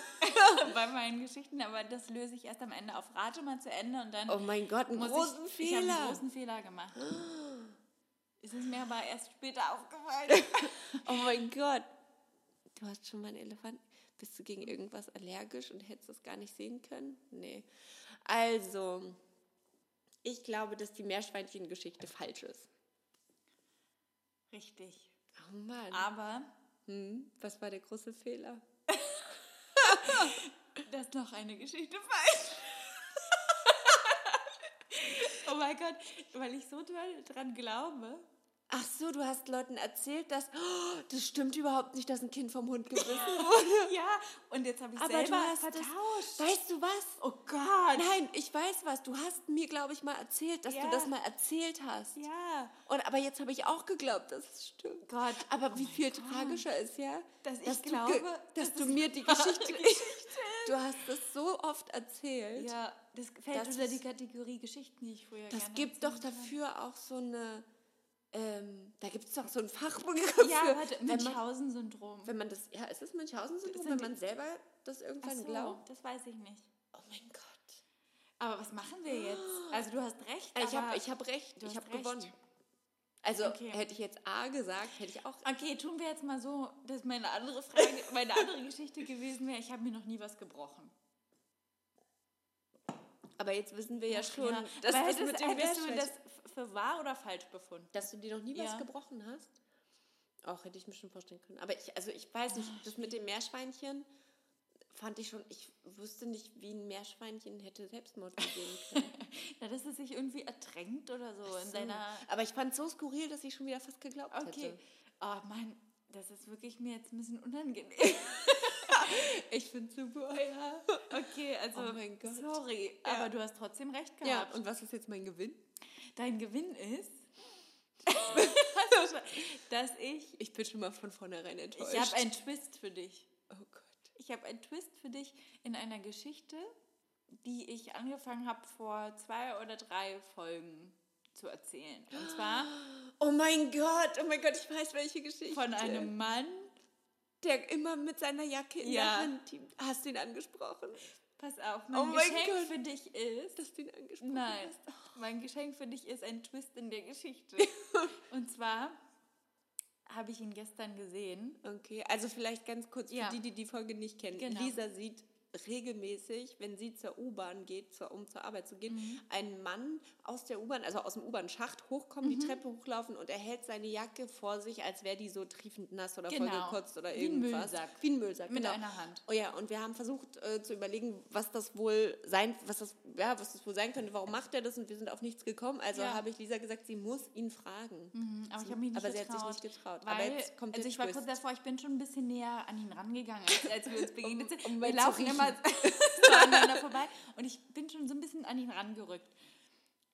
[SPEAKER 4] bei meinen Geschichten, aber das löse ich erst am Ende auf. Rate mal zu Ende und dann.
[SPEAKER 3] oh mein Gott, einen
[SPEAKER 4] muss
[SPEAKER 3] großen
[SPEAKER 4] ich, Ich habe einen
[SPEAKER 3] Fehler.
[SPEAKER 4] großen
[SPEAKER 3] (gasps)
[SPEAKER 4] Fehler gemacht. Es ist mir aber erst später
[SPEAKER 3] (laughs)
[SPEAKER 4] aufgefallen.
[SPEAKER 3] oh mein Gott. Du hast schon mal einen Elefanten. Bist du gegen irgendwas allergisch und hättest das gar nicht sehen können? Nee. Also, ich glaube, dass die Meerschweinchen-Geschichte falsch ist.
[SPEAKER 4] Richtig.
[SPEAKER 3] Oh Mann.
[SPEAKER 4] Aber
[SPEAKER 3] Hm, was war der große Fehler?
[SPEAKER 4] Das ist noch eine Geschichte
[SPEAKER 3] (laughs)
[SPEAKER 4] falsch. oh mein Gott, weil ich so doll dran glaube.
[SPEAKER 3] Ach so, du hast Leuten erzählt, dass oh, das stimmt überhaupt nicht, dass ein Kind vom Hund (laughs) gebissen wurde.
[SPEAKER 4] Ja, und jetzt habe ich
[SPEAKER 3] Aber
[SPEAKER 4] selber
[SPEAKER 3] du hast es-
[SPEAKER 4] vertauscht.
[SPEAKER 3] Weißt du was?
[SPEAKER 4] oh Gott.
[SPEAKER 3] Nein, ich weiß was. Du hast mir, glaube ich, mal erzählt, dass
[SPEAKER 4] Ja.
[SPEAKER 3] du das mal erzählt hast.
[SPEAKER 4] Ja,
[SPEAKER 3] Und aber jetzt habe ich auch geglaubt, dass es stimmt.
[SPEAKER 4] Gott.
[SPEAKER 3] Aber wie viel tragischer ist ja,
[SPEAKER 4] Dass ich
[SPEAKER 3] du,
[SPEAKER 4] glaube,
[SPEAKER 3] ge- dass du mir die Geschichte, du hast das so oft erzählt.
[SPEAKER 4] ja, das fällt
[SPEAKER 3] Das
[SPEAKER 4] unter die
[SPEAKER 3] ist-
[SPEAKER 4] Kategorie Geschichten, die ich früher
[SPEAKER 3] Das
[SPEAKER 4] gerne
[SPEAKER 3] gibt doch
[SPEAKER 4] erzählt
[SPEAKER 3] dafür auch so eine, ähm, da gibt es doch so einen Fachbegriff
[SPEAKER 4] habe.
[SPEAKER 3] für,
[SPEAKER 4] Ja, warte,
[SPEAKER 3] wenn man,
[SPEAKER 4] Münchhausen-Syndrom.
[SPEAKER 3] wenn man das, ja, ist das Münchhausen-Syndrom,
[SPEAKER 4] Sind
[SPEAKER 3] wenn
[SPEAKER 4] die-
[SPEAKER 3] man selber das
[SPEAKER 4] Ach
[SPEAKER 3] irgendwann
[SPEAKER 4] so,
[SPEAKER 3] glaubt?
[SPEAKER 4] das weiß ich nicht.
[SPEAKER 3] Oh mein Gott.
[SPEAKER 4] Aber was machen wir jetzt? Also du hast recht,
[SPEAKER 3] Äh, Ich
[SPEAKER 4] aber...
[SPEAKER 3] habe ich hab recht,
[SPEAKER 4] du
[SPEAKER 3] ich
[SPEAKER 4] hast
[SPEAKER 3] habe
[SPEAKER 4] recht.
[SPEAKER 3] gewonnen. Also
[SPEAKER 4] Okay.
[SPEAKER 3] hätte ich jetzt A gesagt, hätte ich auch
[SPEAKER 4] Okay, tun wir jetzt mal so, dass meine andere Frage,
[SPEAKER 3] (laughs)
[SPEAKER 4] meine andere Geschichte gewesen wäre, ich habe mir noch nie was gebrochen.
[SPEAKER 3] Aber jetzt wissen wir ja schon,
[SPEAKER 4] Ja,
[SPEAKER 3] dass,
[SPEAKER 4] weil
[SPEAKER 3] das
[SPEAKER 4] hättest,
[SPEAKER 3] mit dem
[SPEAKER 4] hättest du
[SPEAKER 3] Meerschweinchen-
[SPEAKER 4] das f- für wahr oder falsch befunden?
[SPEAKER 3] dass du dir noch nie
[SPEAKER 4] Ja.
[SPEAKER 3] was gebrochen hast. Auch hätte ich mir schon vorstellen können. Aber ich, also ich weiß
[SPEAKER 4] Ah,
[SPEAKER 3] nicht, das mit dem Meerschweinchen fand ich schon, ich wusste nicht, wie ein Meerschweinchen hätte
[SPEAKER 4] (laughs)
[SPEAKER 3] Selbstmord begehen können.
[SPEAKER 4] Na, dass es sich irgendwie ertränkt oder so in
[SPEAKER 3] So.
[SPEAKER 4] seiner.
[SPEAKER 3] Aber ich fand es so skurril, dass ich schon wieder fast geglaubt
[SPEAKER 4] Okay.
[SPEAKER 3] hätte.
[SPEAKER 4] Oh Mann, das ist wirklich mir jetzt ein bisschen unangenehm. (laughs)
[SPEAKER 3] Ich finde super.
[SPEAKER 4] ja. Okay, also
[SPEAKER 3] Oh mein Gott.
[SPEAKER 4] sorry,
[SPEAKER 3] Ja.
[SPEAKER 4] aber du hast trotzdem recht
[SPEAKER 3] Ja,
[SPEAKER 4] gehabt.
[SPEAKER 3] und was ist jetzt mein Gewinn?
[SPEAKER 4] Dein Gewinn ist, (laughs) dass ich
[SPEAKER 3] Ich bin schon mal von vornherein enttäuscht.
[SPEAKER 4] ich habe einen Twist für dich.
[SPEAKER 3] oh Gott.
[SPEAKER 4] Ich habe einen Twist für dich in einer Geschichte, die ich angefangen habe vor zwei oder drei Folgen zu erzählen. Und (gasps) zwar
[SPEAKER 3] Oh mein Gott, oh mein Gott, ich weiß welche Geschichte.
[SPEAKER 4] von einem Mann.
[SPEAKER 3] der immer mit seiner Jacke in
[SPEAKER 4] Ja.
[SPEAKER 3] der Hand. die- Hast du ihn angesprochen?
[SPEAKER 4] Pass auf, mein
[SPEAKER 3] Oh mein
[SPEAKER 4] Geschenk
[SPEAKER 3] Gott.
[SPEAKER 4] für dich ist.
[SPEAKER 3] Dass du ihn angesprochen
[SPEAKER 4] Nein,
[SPEAKER 3] hast? (laughs)
[SPEAKER 4] mein Geschenk für dich ist ein Twist in der Geschichte. Und zwar habe ich ihn gestern gesehen.
[SPEAKER 3] Okay, also vielleicht ganz kurz für
[SPEAKER 4] Ja.
[SPEAKER 3] die, die die Folge nicht kennen.
[SPEAKER 4] Genau.
[SPEAKER 3] Lisa sieht regelmäßig, wenn sie zur U-Bahn geht, zur, um zur Arbeit zu gehen,
[SPEAKER 4] Mhm.
[SPEAKER 3] einen Mann aus der U-Bahn, also aus dem U-Bahn-Schacht hochkommen,
[SPEAKER 4] Mhm.
[SPEAKER 3] die Treppe hochlaufen und er hält seine Jacke vor sich, als wäre die so triefend nass oder
[SPEAKER 4] Genau.
[SPEAKER 3] vollgekotzt oder
[SPEAKER 4] Wie ein
[SPEAKER 3] irgendwas.
[SPEAKER 4] Müllsack.
[SPEAKER 3] Wie ein Müllsack.
[SPEAKER 4] Mit
[SPEAKER 3] genau.
[SPEAKER 4] einer Hand.
[SPEAKER 3] Oh ja, und wir haben versucht äh, zu überlegen, was das wohl sein, was das, ja, was das wohl sein könnte. Warum macht er das? Und wir sind auf nichts gekommen. Also
[SPEAKER 4] Ja.
[SPEAKER 3] habe ich Lisa gesagt, sie muss ihn fragen.
[SPEAKER 4] Mhm, Aber ich habe mich nicht
[SPEAKER 3] aber sie
[SPEAKER 4] getraut.
[SPEAKER 3] hat sich nicht getraut. Aber
[SPEAKER 4] Weil,
[SPEAKER 3] jetzt kommt
[SPEAKER 4] also
[SPEAKER 3] der
[SPEAKER 4] ich war
[SPEAKER 3] Twist.
[SPEAKER 4] kurz davor, ich bin schon ein bisschen näher an ihn rangegangen, als, als wir uns begegnet
[SPEAKER 3] (laughs)
[SPEAKER 4] sind.
[SPEAKER 3] um mal
[SPEAKER 4] wir
[SPEAKER 3] zu
[SPEAKER 4] laufen
[SPEAKER 3] riechen.
[SPEAKER 4] immer (laughs) so
[SPEAKER 3] (laughs)
[SPEAKER 4] aneinander vorbei und ich bin schon so ein bisschen an ihn rangerückt.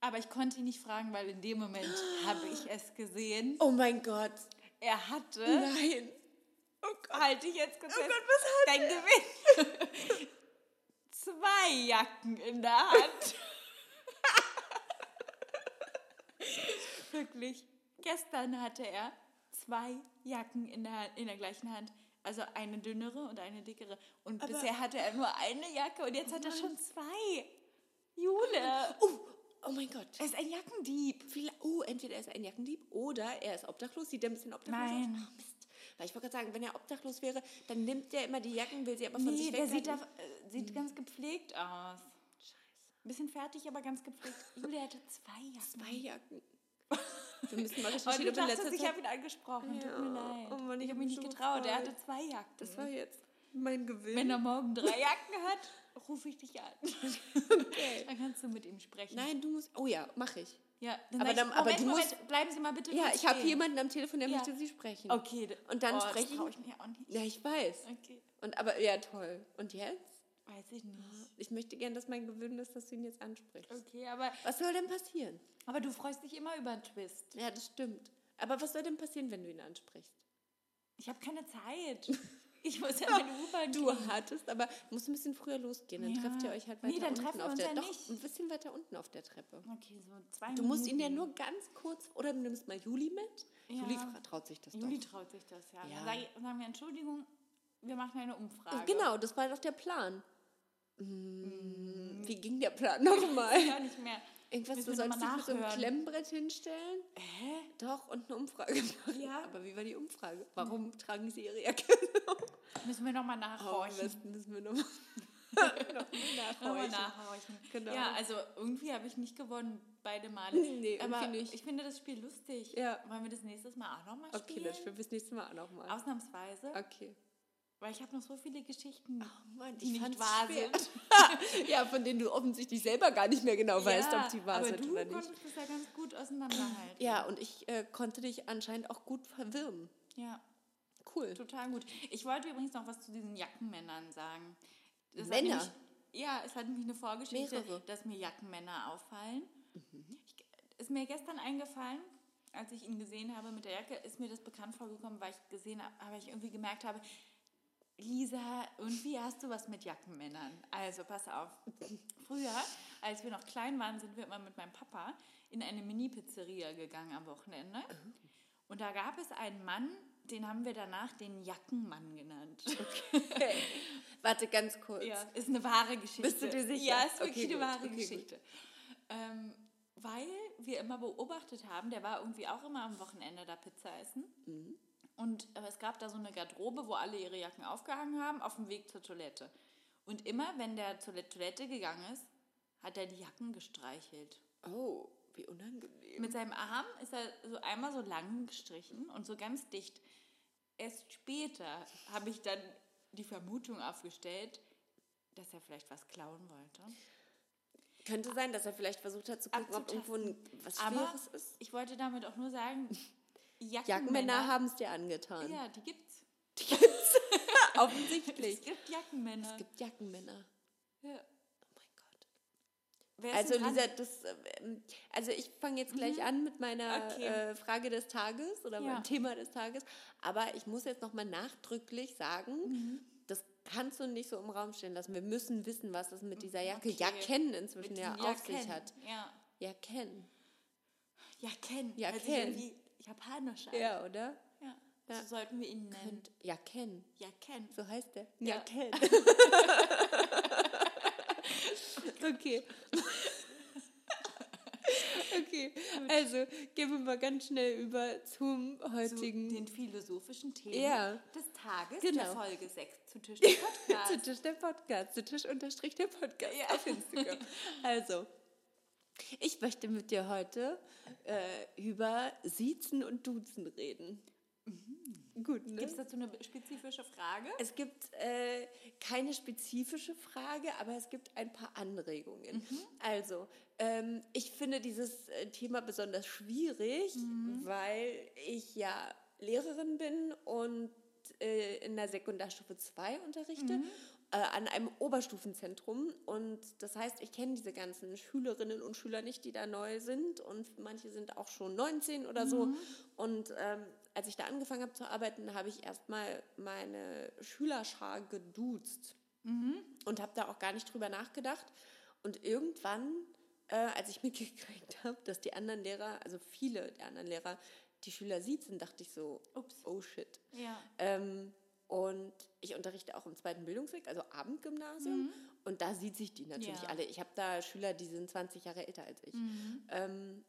[SPEAKER 4] Aber ich konnte ihn nicht fragen, weil in dem Moment habe ich es gesehen.
[SPEAKER 3] Oh mein Gott,
[SPEAKER 4] Er hatte,
[SPEAKER 3] nein.
[SPEAKER 4] halte ich jetzt kurz fest, dein Gewinn. (laughs) Zwei Jacken in der Hand. (laughs) Wirklich. Gestern hatte er zwei Jacken in der, in der gleichen Hand. Also eine dünnere und eine dickere. Und bisher hatte er nur eine Jacke und jetzt hat er schon zwei. Jule.
[SPEAKER 3] Oh, oh mein Gott.
[SPEAKER 4] Er ist ein Jackendieb.
[SPEAKER 3] Viel- Oh, entweder er ist ein Jackendieb oder er ist obdachlos. Sieht er ein bisschen obdachlos
[SPEAKER 4] Nein.
[SPEAKER 3] aus? Oh, Mist. Weil ich wollte gerade sagen, wenn er obdachlos wäre, dann nimmt er immer die Jacken, will sie aber von
[SPEAKER 4] Nee,
[SPEAKER 3] sich
[SPEAKER 4] der sieht, da,
[SPEAKER 3] weghalten. Mhm.
[SPEAKER 4] äh, sieht ganz gepflegt aus. Bisschen fertig, aber ganz gepflegt. Julia hatte zwei Jacken.
[SPEAKER 3] Zwei
[SPEAKER 4] (laughs)
[SPEAKER 3] Jacken. Wir müssen mal
[SPEAKER 4] Und
[SPEAKER 3] recherchieren, ob
[SPEAKER 4] du
[SPEAKER 3] in
[SPEAKER 4] dachtest,
[SPEAKER 3] letzter
[SPEAKER 4] ich
[SPEAKER 3] Zeit...
[SPEAKER 4] habe ihn angesprochen.
[SPEAKER 3] Ja.
[SPEAKER 4] Tut mir leid.
[SPEAKER 3] Oh Mann, ich
[SPEAKER 4] ich
[SPEAKER 3] hab
[SPEAKER 4] habe
[SPEAKER 3] mich
[SPEAKER 4] mich nicht
[SPEAKER 3] so
[SPEAKER 4] getraut. Er
[SPEAKER 3] gefreut.
[SPEAKER 4] hatte zwei Jacken.
[SPEAKER 3] Das war jetzt mein Gewinn.
[SPEAKER 4] Wenn er morgen drei Jacken hat, rufe ich dich
[SPEAKER 3] (laughs)
[SPEAKER 4] an. Dann kannst du mit ihm sprechen.
[SPEAKER 3] Nein, du musst... Oh ja, mache ich.
[SPEAKER 4] Ja, dann
[SPEAKER 3] Aber
[SPEAKER 4] sag ich,
[SPEAKER 3] dann- aber
[SPEAKER 4] Moment,
[SPEAKER 3] du
[SPEAKER 4] Moment, bleiben Sie mal bitte
[SPEAKER 3] Ja,
[SPEAKER 4] kurz
[SPEAKER 3] ich habe
[SPEAKER 4] stehen.
[SPEAKER 3] jemanden am Telefon, der
[SPEAKER 4] Ja.
[SPEAKER 3] möchte sie sprechen.
[SPEAKER 4] Okay. d-
[SPEAKER 3] Und dann
[SPEAKER 4] oh, das
[SPEAKER 3] sprechen-
[SPEAKER 4] trau ich mir auch nicht.
[SPEAKER 3] Ja, ich weiß.
[SPEAKER 4] Okay.
[SPEAKER 3] Und aber, ja, toll. Und jetzt?
[SPEAKER 4] Weiß ich nicht.
[SPEAKER 3] Ich möchte gern, dass mein Gewinn ist, dass du ihn jetzt ansprichst.
[SPEAKER 4] Okay, aber,
[SPEAKER 3] Was soll denn passieren?
[SPEAKER 4] aber du freust dich immer über einen Twist.
[SPEAKER 3] Ja, das stimmt. Aber was soll denn passieren, wenn du ihn ansprichst?
[SPEAKER 4] Ich habe
[SPEAKER 3] (laughs)
[SPEAKER 4] keine Zeit. Ich muss ja meine U-Bahn
[SPEAKER 3] Du
[SPEAKER 4] kriegen.
[SPEAKER 3] hattest, aber musst ein bisschen früher losgehen. Dann
[SPEAKER 4] Ja.
[SPEAKER 3] trefft ihr euch halt weiter
[SPEAKER 4] Nee, dann
[SPEAKER 3] unten
[SPEAKER 4] treffen wir
[SPEAKER 3] auf
[SPEAKER 4] uns
[SPEAKER 3] der
[SPEAKER 4] ja
[SPEAKER 3] doch,
[SPEAKER 4] nicht.
[SPEAKER 3] ein bisschen weiter unten auf der Treppe.
[SPEAKER 4] Okay, so zwei
[SPEAKER 3] Du musst ihn ja
[SPEAKER 4] Minuten.
[SPEAKER 3] nur ganz kurz oder du nimmst mal Juli mit.
[SPEAKER 4] Ja.
[SPEAKER 3] Juli fra- traut sich das
[SPEAKER 4] Juli
[SPEAKER 3] doch.
[SPEAKER 4] traut sich das, ja.
[SPEAKER 3] Ja.
[SPEAKER 4] Dann sag ich, sagen wir, Entschuldigung, wir machen eine Umfrage.
[SPEAKER 3] Genau, das war doch der Plan. Hm, Wie ging der Plan
[SPEAKER 4] (laughs)
[SPEAKER 3] nochmal?
[SPEAKER 4] Gar nicht mehr.
[SPEAKER 3] Irgendwas,
[SPEAKER 4] Müssen
[SPEAKER 3] du
[SPEAKER 4] wir noch
[SPEAKER 3] sollst dich
[SPEAKER 4] mal
[SPEAKER 3] mit so einem
[SPEAKER 4] nachhören.
[SPEAKER 3] Klemmbrett hinstellen.
[SPEAKER 4] Hä?
[SPEAKER 3] Doch, und eine Umfrage (laughs) machen.
[SPEAKER 4] Ja.
[SPEAKER 3] Aber wie war die Umfrage? Warum tragen sie ihre Jacke?
[SPEAKER 4] Müssen wir nochmal
[SPEAKER 3] Oh, am
[SPEAKER 4] nachhorchen.
[SPEAKER 3] besten müssen wir
[SPEAKER 4] (laughs)
[SPEAKER 3] nochmal noch
[SPEAKER 4] Nochmal
[SPEAKER 3] nachhorchen.
[SPEAKER 4] nachhorchen.
[SPEAKER 3] Genau.
[SPEAKER 4] Ja, also irgendwie habe ich nicht gewonnen, beide Male.
[SPEAKER 3] Nee, irgendwie
[SPEAKER 4] Aber
[SPEAKER 3] nicht.
[SPEAKER 4] ich finde das Spiel lustig.
[SPEAKER 3] Ja.
[SPEAKER 4] Wollen wir das nächstes Mal auch nochmal spielen?
[SPEAKER 3] Okay, das spielen wir das nächste Mal auch nochmal.
[SPEAKER 4] Ausnahmsweise,
[SPEAKER 3] Okay.
[SPEAKER 4] weil ich habe noch so viele Geschichten,
[SPEAKER 3] Oh Mann,
[SPEAKER 4] die nicht
[SPEAKER 3] fand's
[SPEAKER 4] wahr
[SPEAKER 3] schwer.
[SPEAKER 4] sind.
[SPEAKER 3] (laughs) Ja, von denen du offensichtlich selber gar nicht mehr genau weißt, ob die wahr
[SPEAKER 4] aber
[SPEAKER 3] sind
[SPEAKER 4] du
[SPEAKER 3] oder nicht.
[SPEAKER 4] konntest das ja ganz gut auseinanderhalten.
[SPEAKER 3] Ja, und ich äh, konnte dich anscheinend auch gut verwirren.
[SPEAKER 4] ja.
[SPEAKER 3] Cool.
[SPEAKER 4] Total gut. Ich wollte übrigens noch was zu diesen Jackenmännern sagen. Das hat
[SPEAKER 3] Männer?
[SPEAKER 4] Nämlich, ja, es hat nämlich eine Vorgeschichte,
[SPEAKER 3] Mehrere.
[SPEAKER 4] dass mir Jackenmänner auffallen. Ich, ist mir gestern eingefallen, als ich ihn gesehen habe mit der Jacke, ist mir das bekannt vorgekommen, weil ich gesehen habe, weil ich irgendwie gemerkt habe, Lisa, irgendwie hast du was mit Jackenmännern. Also pass auf. Früher, als wir noch klein waren, sind wir immer mit meinem Papa in eine Mini-Pizzeria gegangen am Wochenende. Und da gab es einen Mann, den haben wir danach den Jackenmann genannt.
[SPEAKER 3] Warte ganz kurz.
[SPEAKER 4] Ja, ist eine wahre Geschichte.
[SPEAKER 3] Bist du dir sicher?
[SPEAKER 4] Ja, ist
[SPEAKER 3] Okay,
[SPEAKER 4] wirklich eine
[SPEAKER 3] gut,
[SPEAKER 4] wahre
[SPEAKER 3] okay,
[SPEAKER 4] Geschichte. Ähm, weil wir immer beobachtet haben, der war irgendwie auch immer am Wochenende da Pizza essen.
[SPEAKER 3] Mhm.
[SPEAKER 4] Und aber es gab da so eine Garderobe, wo alle ihre Jacken aufgehangen haben, auf dem Weg zur Toilette. Und immer, wenn der zur Toilette gegangen ist, hat er die Jacken gestreichelt.
[SPEAKER 3] Oh, wie unangenehm.
[SPEAKER 4] Mit seinem Arm ist er so einmal so lang gestrichen und so ganz dicht. Erst später habe ich dann die Vermutung aufgestellt, dass er vielleicht was klauen wollte.
[SPEAKER 3] Könnte sein, dass er vielleicht versucht hat zu gucken, ob irgendwo ein, was
[SPEAKER 4] Aber
[SPEAKER 3] Schweres ist.
[SPEAKER 4] ich wollte damit auch nur sagen,
[SPEAKER 3] (laughs) Jackenmänner
[SPEAKER 4] Jackenmänner,
[SPEAKER 3] haben es dir angetan.
[SPEAKER 4] ja, die gibt's.
[SPEAKER 3] (laughs) Offensichtlich.
[SPEAKER 4] Es gibt Jackenmänner.
[SPEAKER 3] Es gibt Jackenmänner.
[SPEAKER 4] ja.
[SPEAKER 3] Oh mein Gott.
[SPEAKER 4] Wer ist
[SPEAKER 3] Also
[SPEAKER 4] denn dran? Mhm.
[SPEAKER 3] Lisa, das, äh, ähm, also ich fange jetzt gleich an mit meiner
[SPEAKER 4] Okay.
[SPEAKER 3] äh, Frage des Tages oder
[SPEAKER 4] Ja.
[SPEAKER 3] meinem Thema des Tages. Aber ich muss jetzt nochmal nachdrücklich sagen,
[SPEAKER 4] Mhm.
[SPEAKER 3] das kannst du nicht so im Raum stehen lassen. Wir müssen wissen, was es mit dieser Jacke
[SPEAKER 4] Okay.
[SPEAKER 3] Jacken inzwischen
[SPEAKER 4] Mit
[SPEAKER 3] ja
[SPEAKER 4] den
[SPEAKER 3] auf sich
[SPEAKER 4] Jacken.
[SPEAKER 3] hat.
[SPEAKER 4] Ja,
[SPEAKER 3] Jacken.
[SPEAKER 4] Jacken.
[SPEAKER 3] Jacken.
[SPEAKER 4] Hört sich irgendwie Japanisch an.
[SPEAKER 3] Ja, oder?
[SPEAKER 4] Ja. Ähm.
[SPEAKER 3] Ja.
[SPEAKER 4] So sollten wir ihn nennen.
[SPEAKER 3] Also, Und Jacken.
[SPEAKER 4] Jacken.
[SPEAKER 3] So heißt der.
[SPEAKER 4] Ja.
[SPEAKER 3] (laughs) Jacken. okay. (laughs) Okay, also gehen wir mal ganz schnell über zum
[SPEAKER 4] Zu den
[SPEAKER 3] heutigen
[SPEAKER 4] philosophischen Themen
[SPEAKER 3] Ja.
[SPEAKER 4] des Tages der
[SPEAKER 3] Genau.
[SPEAKER 4] Folge 6
[SPEAKER 3] (laughs)
[SPEAKER 4] zu Tisch der Podcast.
[SPEAKER 3] zu Tisch der Podcast, zu Tisch unterstrich der Podcast
[SPEAKER 4] Ja.
[SPEAKER 3] auf Instagram. Also, ich möchte mit dir heute äh, über Siezen und Duzen reden. Gut, ne?
[SPEAKER 4] Gibt es dazu eine spezifische Frage?
[SPEAKER 3] Es gibt äh, keine spezifische Frage, aber es gibt ein paar Anregungen. Also, ähm, ich finde dieses äh, Thema besonders schwierig, weil ich ja Lehrerin bin und äh, in der Sekundarstufe 2 unterrichte. äh, An einem Oberstufenzentrum und das heißt, ich kenne diese ganzen Schülerinnen und Schüler nicht, die da neu sind und manche sind auch schon 19 oder so und ähm, als ich da angefangen habe zu arbeiten, habe ich erstmal meine Schülerschar geduzt und habe da auch gar nicht drüber nachgedacht. Und irgendwann, äh, als ich (laughs) mitgekriegt habe, dass die anderen Lehrer, also viele der anderen Lehrer, die Schüler siezen, dachte ich so,
[SPEAKER 4] Ups.
[SPEAKER 3] oh shit.
[SPEAKER 4] Ja.
[SPEAKER 3] Ähm, und ich unterrichte auch im zweiten Bildungsweg, also Abendgymnasium. Und da sieht sich die natürlich
[SPEAKER 4] Mhm. Ja. Mhm.
[SPEAKER 3] alle. Ich habe da Schüler, die sind 20 Jahre älter als ich. Ähm,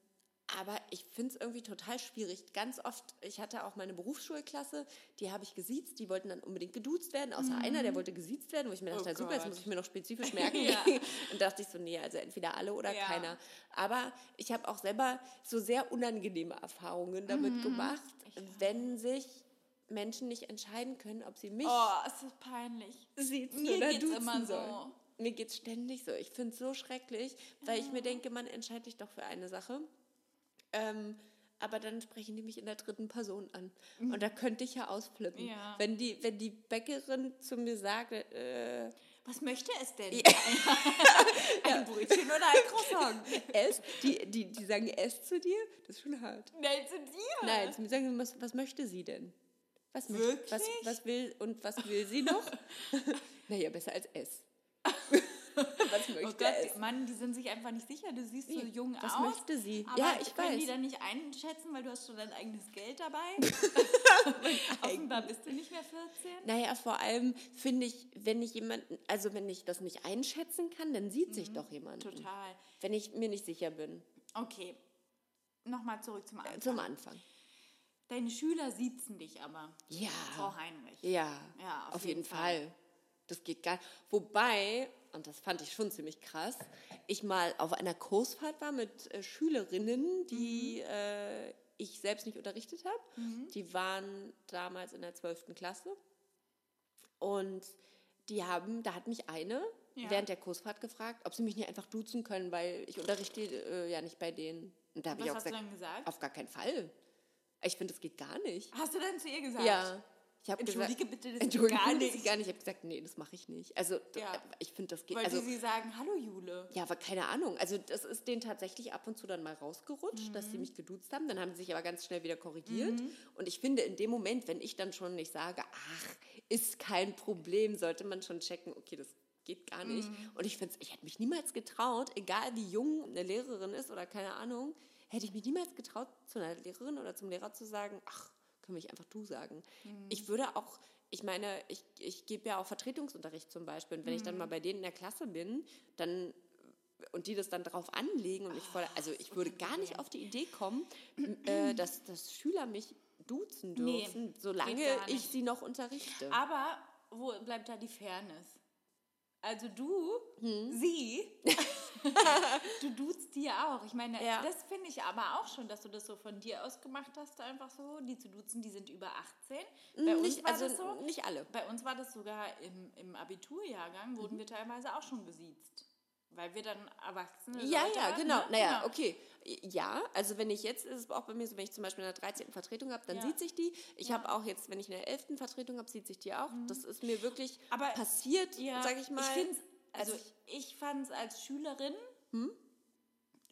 [SPEAKER 3] aber ich finde es irgendwie total schwierig. Ganz oft, ich hatte auch meine Berufsschulklasse, die habe ich gesiezt, die wollten dann unbedingt geduzt werden, außer einer, der wollte gesiezt werden, wo ich mir dachte,
[SPEAKER 4] Mhm. Oh
[SPEAKER 3] ja, super, jetzt
[SPEAKER 4] Gott.
[SPEAKER 3] muss ich mir noch spezifisch
[SPEAKER 4] (laughs)
[SPEAKER 3] merken.
[SPEAKER 4] Ja.
[SPEAKER 3] Und dachte ich so, nee, also entweder alle oder
[SPEAKER 4] Ja.
[SPEAKER 3] keiner. Aber ich habe auch selber so sehr unangenehme Erfahrungen damit
[SPEAKER 4] Mhm.
[SPEAKER 3] gemacht, wenn sich Menschen nicht entscheiden können, ob sie mich
[SPEAKER 4] Oh, es ist peinlich.
[SPEAKER 3] siezen
[SPEAKER 4] Mir
[SPEAKER 3] oder
[SPEAKER 4] geht's
[SPEAKER 3] duzen
[SPEAKER 4] immer so.
[SPEAKER 3] sollen. Mir geht es ständig so. Ich finde es so schrecklich, weil ich
[SPEAKER 4] Ah.
[SPEAKER 3] mir denke, man entscheidet sich doch für eine Sache. Ähm, aber dann sprechen die mich in der dritten Person an. Und da könnte ich ja ausflippen.
[SPEAKER 4] Mhm. Ja.
[SPEAKER 3] Wenn, die, wenn die Bäckerin zu mir sagt, äh,
[SPEAKER 4] Was möchte es denn? (laughs) ein Brötchen oder ein Croissant?
[SPEAKER 3] ess, die, die, die sagen, ess zu dir, das ist schon hart.
[SPEAKER 4] (laughs) Nein, zu dir.
[SPEAKER 3] Nein, sie sagen, was, was möchte sie denn? Was, möcht-
[SPEAKER 4] Wirklich?
[SPEAKER 3] was, was will und was will sie
[SPEAKER 4] (laughs)
[SPEAKER 3] noch? naja, besser als S. was möchte
[SPEAKER 4] Oh Gott,
[SPEAKER 3] es?
[SPEAKER 4] die- Mann, die sind sich einfach nicht sicher. Du siehst so
[SPEAKER 3] Nee,
[SPEAKER 4] jung
[SPEAKER 3] was
[SPEAKER 4] aus.
[SPEAKER 3] möchte sie?
[SPEAKER 4] Aber
[SPEAKER 3] Ja, ich
[SPEAKER 4] können die
[SPEAKER 3] weiß.
[SPEAKER 4] dann nicht einschätzen, weil du hast schon dein eigenes
[SPEAKER 3] (laughs)
[SPEAKER 4] Geld dabei? Offenbar bist du nicht mehr 14.
[SPEAKER 3] Naja, vor allem finde ich, wenn ich jemanden, also wenn ich das nicht einschätzen kann, dann sieht sich doch jemand.
[SPEAKER 4] Mhm. Total.
[SPEAKER 3] Wenn ich mir nicht sicher bin.
[SPEAKER 4] Okay. Nochmal zurück zum Anfang.
[SPEAKER 3] Zum Anfang.
[SPEAKER 4] Deine Schüler siezen dich aber.
[SPEAKER 3] Ja.
[SPEAKER 4] Frau Heinrich.
[SPEAKER 3] Ja,
[SPEAKER 4] Ja,
[SPEAKER 3] auf, jeden, Fall. Das geht gar Wobei, und das fand ich schon ziemlich krass, ich mal auf einer Kursfahrt war mit äh, Schülerinnen, die
[SPEAKER 4] Mhm.
[SPEAKER 3] äh, ich selbst nicht unterrichtet habe. Die waren damals in der 12. Klasse. Und die haben, da hat mich eine
[SPEAKER 4] Ja.
[SPEAKER 3] während der Kursfahrt gefragt, ob sie mich nicht einfach duzen können, weil ich unterrichte äh, ja nicht bei denen. Und da habe
[SPEAKER 4] Was
[SPEAKER 3] ich auch
[SPEAKER 4] hast du
[SPEAKER 3] gesagt,
[SPEAKER 4] dann gesagt?
[SPEAKER 3] auf gar keinen Fall. Ich finde, das geht gar nicht.
[SPEAKER 4] Hast du dann zu ihr gesagt?
[SPEAKER 3] Ja. Ich habe gesagt,
[SPEAKER 4] Entschuldige bitte, das geht
[SPEAKER 3] Entschuldige,
[SPEAKER 4] gar
[SPEAKER 3] gar
[SPEAKER 4] nicht.
[SPEAKER 3] nicht. gar nicht. Ich habe gesagt, nee, das mache ich nicht. Also d-
[SPEAKER 4] Ja.
[SPEAKER 3] ich finde, das geht.
[SPEAKER 4] Wollte
[SPEAKER 3] Also,
[SPEAKER 4] sie sagen, hallo Jule.
[SPEAKER 3] ja, aber keine Ahnung. Also das ist denen tatsächlich ab und zu dann mal rausgerutscht, dass sie mich geduzt haben. Dann haben sie sich aber ganz schnell wieder korrigiert. Und ich finde, in dem Moment, wenn ich dann schon nicht sage, ach, ist kein Problem, sollte man schon checken, okay, das geht gar nicht. Und ich finde, ich hätte mich niemals getraut, egal wie jung eine Lehrerin ist oder keine Ahnung, hätte ich mich niemals getraut, zu einer Lehrerin oder zum Lehrer zu sagen, ach, können wir nicht einfach du sagen. Ich würde auch, ich meine, ich, ich gebe ja auch Vertretungsunterricht zum Beispiel. Und wenn ich dann mal bei denen in der Klasse bin, dann und die das dann drauf anlegen und ich voll,
[SPEAKER 4] Ah,
[SPEAKER 3] also ich würde gar nicht auf die Idee kommen, äh, dass, dass Schüler mich duzen
[SPEAKER 4] Nee,
[SPEAKER 3] dürfen,
[SPEAKER 4] geht
[SPEAKER 3] solange
[SPEAKER 4] gar nicht. Ah,
[SPEAKER 3] ich sie noch unterrichte.
[SPEAKER 4] Aber wo bleibt da die Fairness? Also du,
[SPEAKER 3] Hm.
[SPEAKER 4] sie,
[SPEAKER 3] (laughs)
[SPEAKER 4] du duzt die ja auch. Ich meine,
[SPEAKER 3] Ja.
[SPEAKER 4] das finde ich aber auch schon, dass du das so von dir aus gemacht hast, einfach so. Die zu duzen, die sind über 18. Bei uns
[SPEAKER 3] nicht,
[SPEAKER 4] war
[SPEAKER 3] also
[SPEAKER 4] das so.
[SPEAKER 3] nicht alle.
[SPEAKER 4] Bei uns war das sogar im, im Abiturjahrgang, wurden
[SPEAKER 3] Mhm.
[SPEAKER 4] wir teilweise auch schon gesiezt. Weil wir dann Erwachsene
[SPEAKER 3] Ja,
[SPEAKER 4] Leute
[SPEAKER 3] ja,
[SPEAKER 4] waren,
[SPEAKER 3] genau.
[SPEAKER 4] ne?
[SPEAKER 3] Naja,
[SPEAKER 4] Genau.
[SPEAKER 3] okay. Ja, also wenn ich jetzt, ist es auch bei mir so, wenn ich zum Beispiel in der 13. Vertretung habe, dann
[SPEAKER 4] Ja. Hm.
[SPEAKER 3] sieht sich die. Ich habe auch jetzt, wenn ich in der 11. Vertretung habe, sieht sich die auch. Das ist mir wirklich
[SPEAKER 4] Aber-
[SPEAKER 3] passiert,
[SPEAKER 4] Ja,
[SPEAKER 3] sag ich mal.
[SPEAKER 4] find's- also
[SPEAKER 3] als Hm?
[SPEAKER 4] ich fand es als Schülerin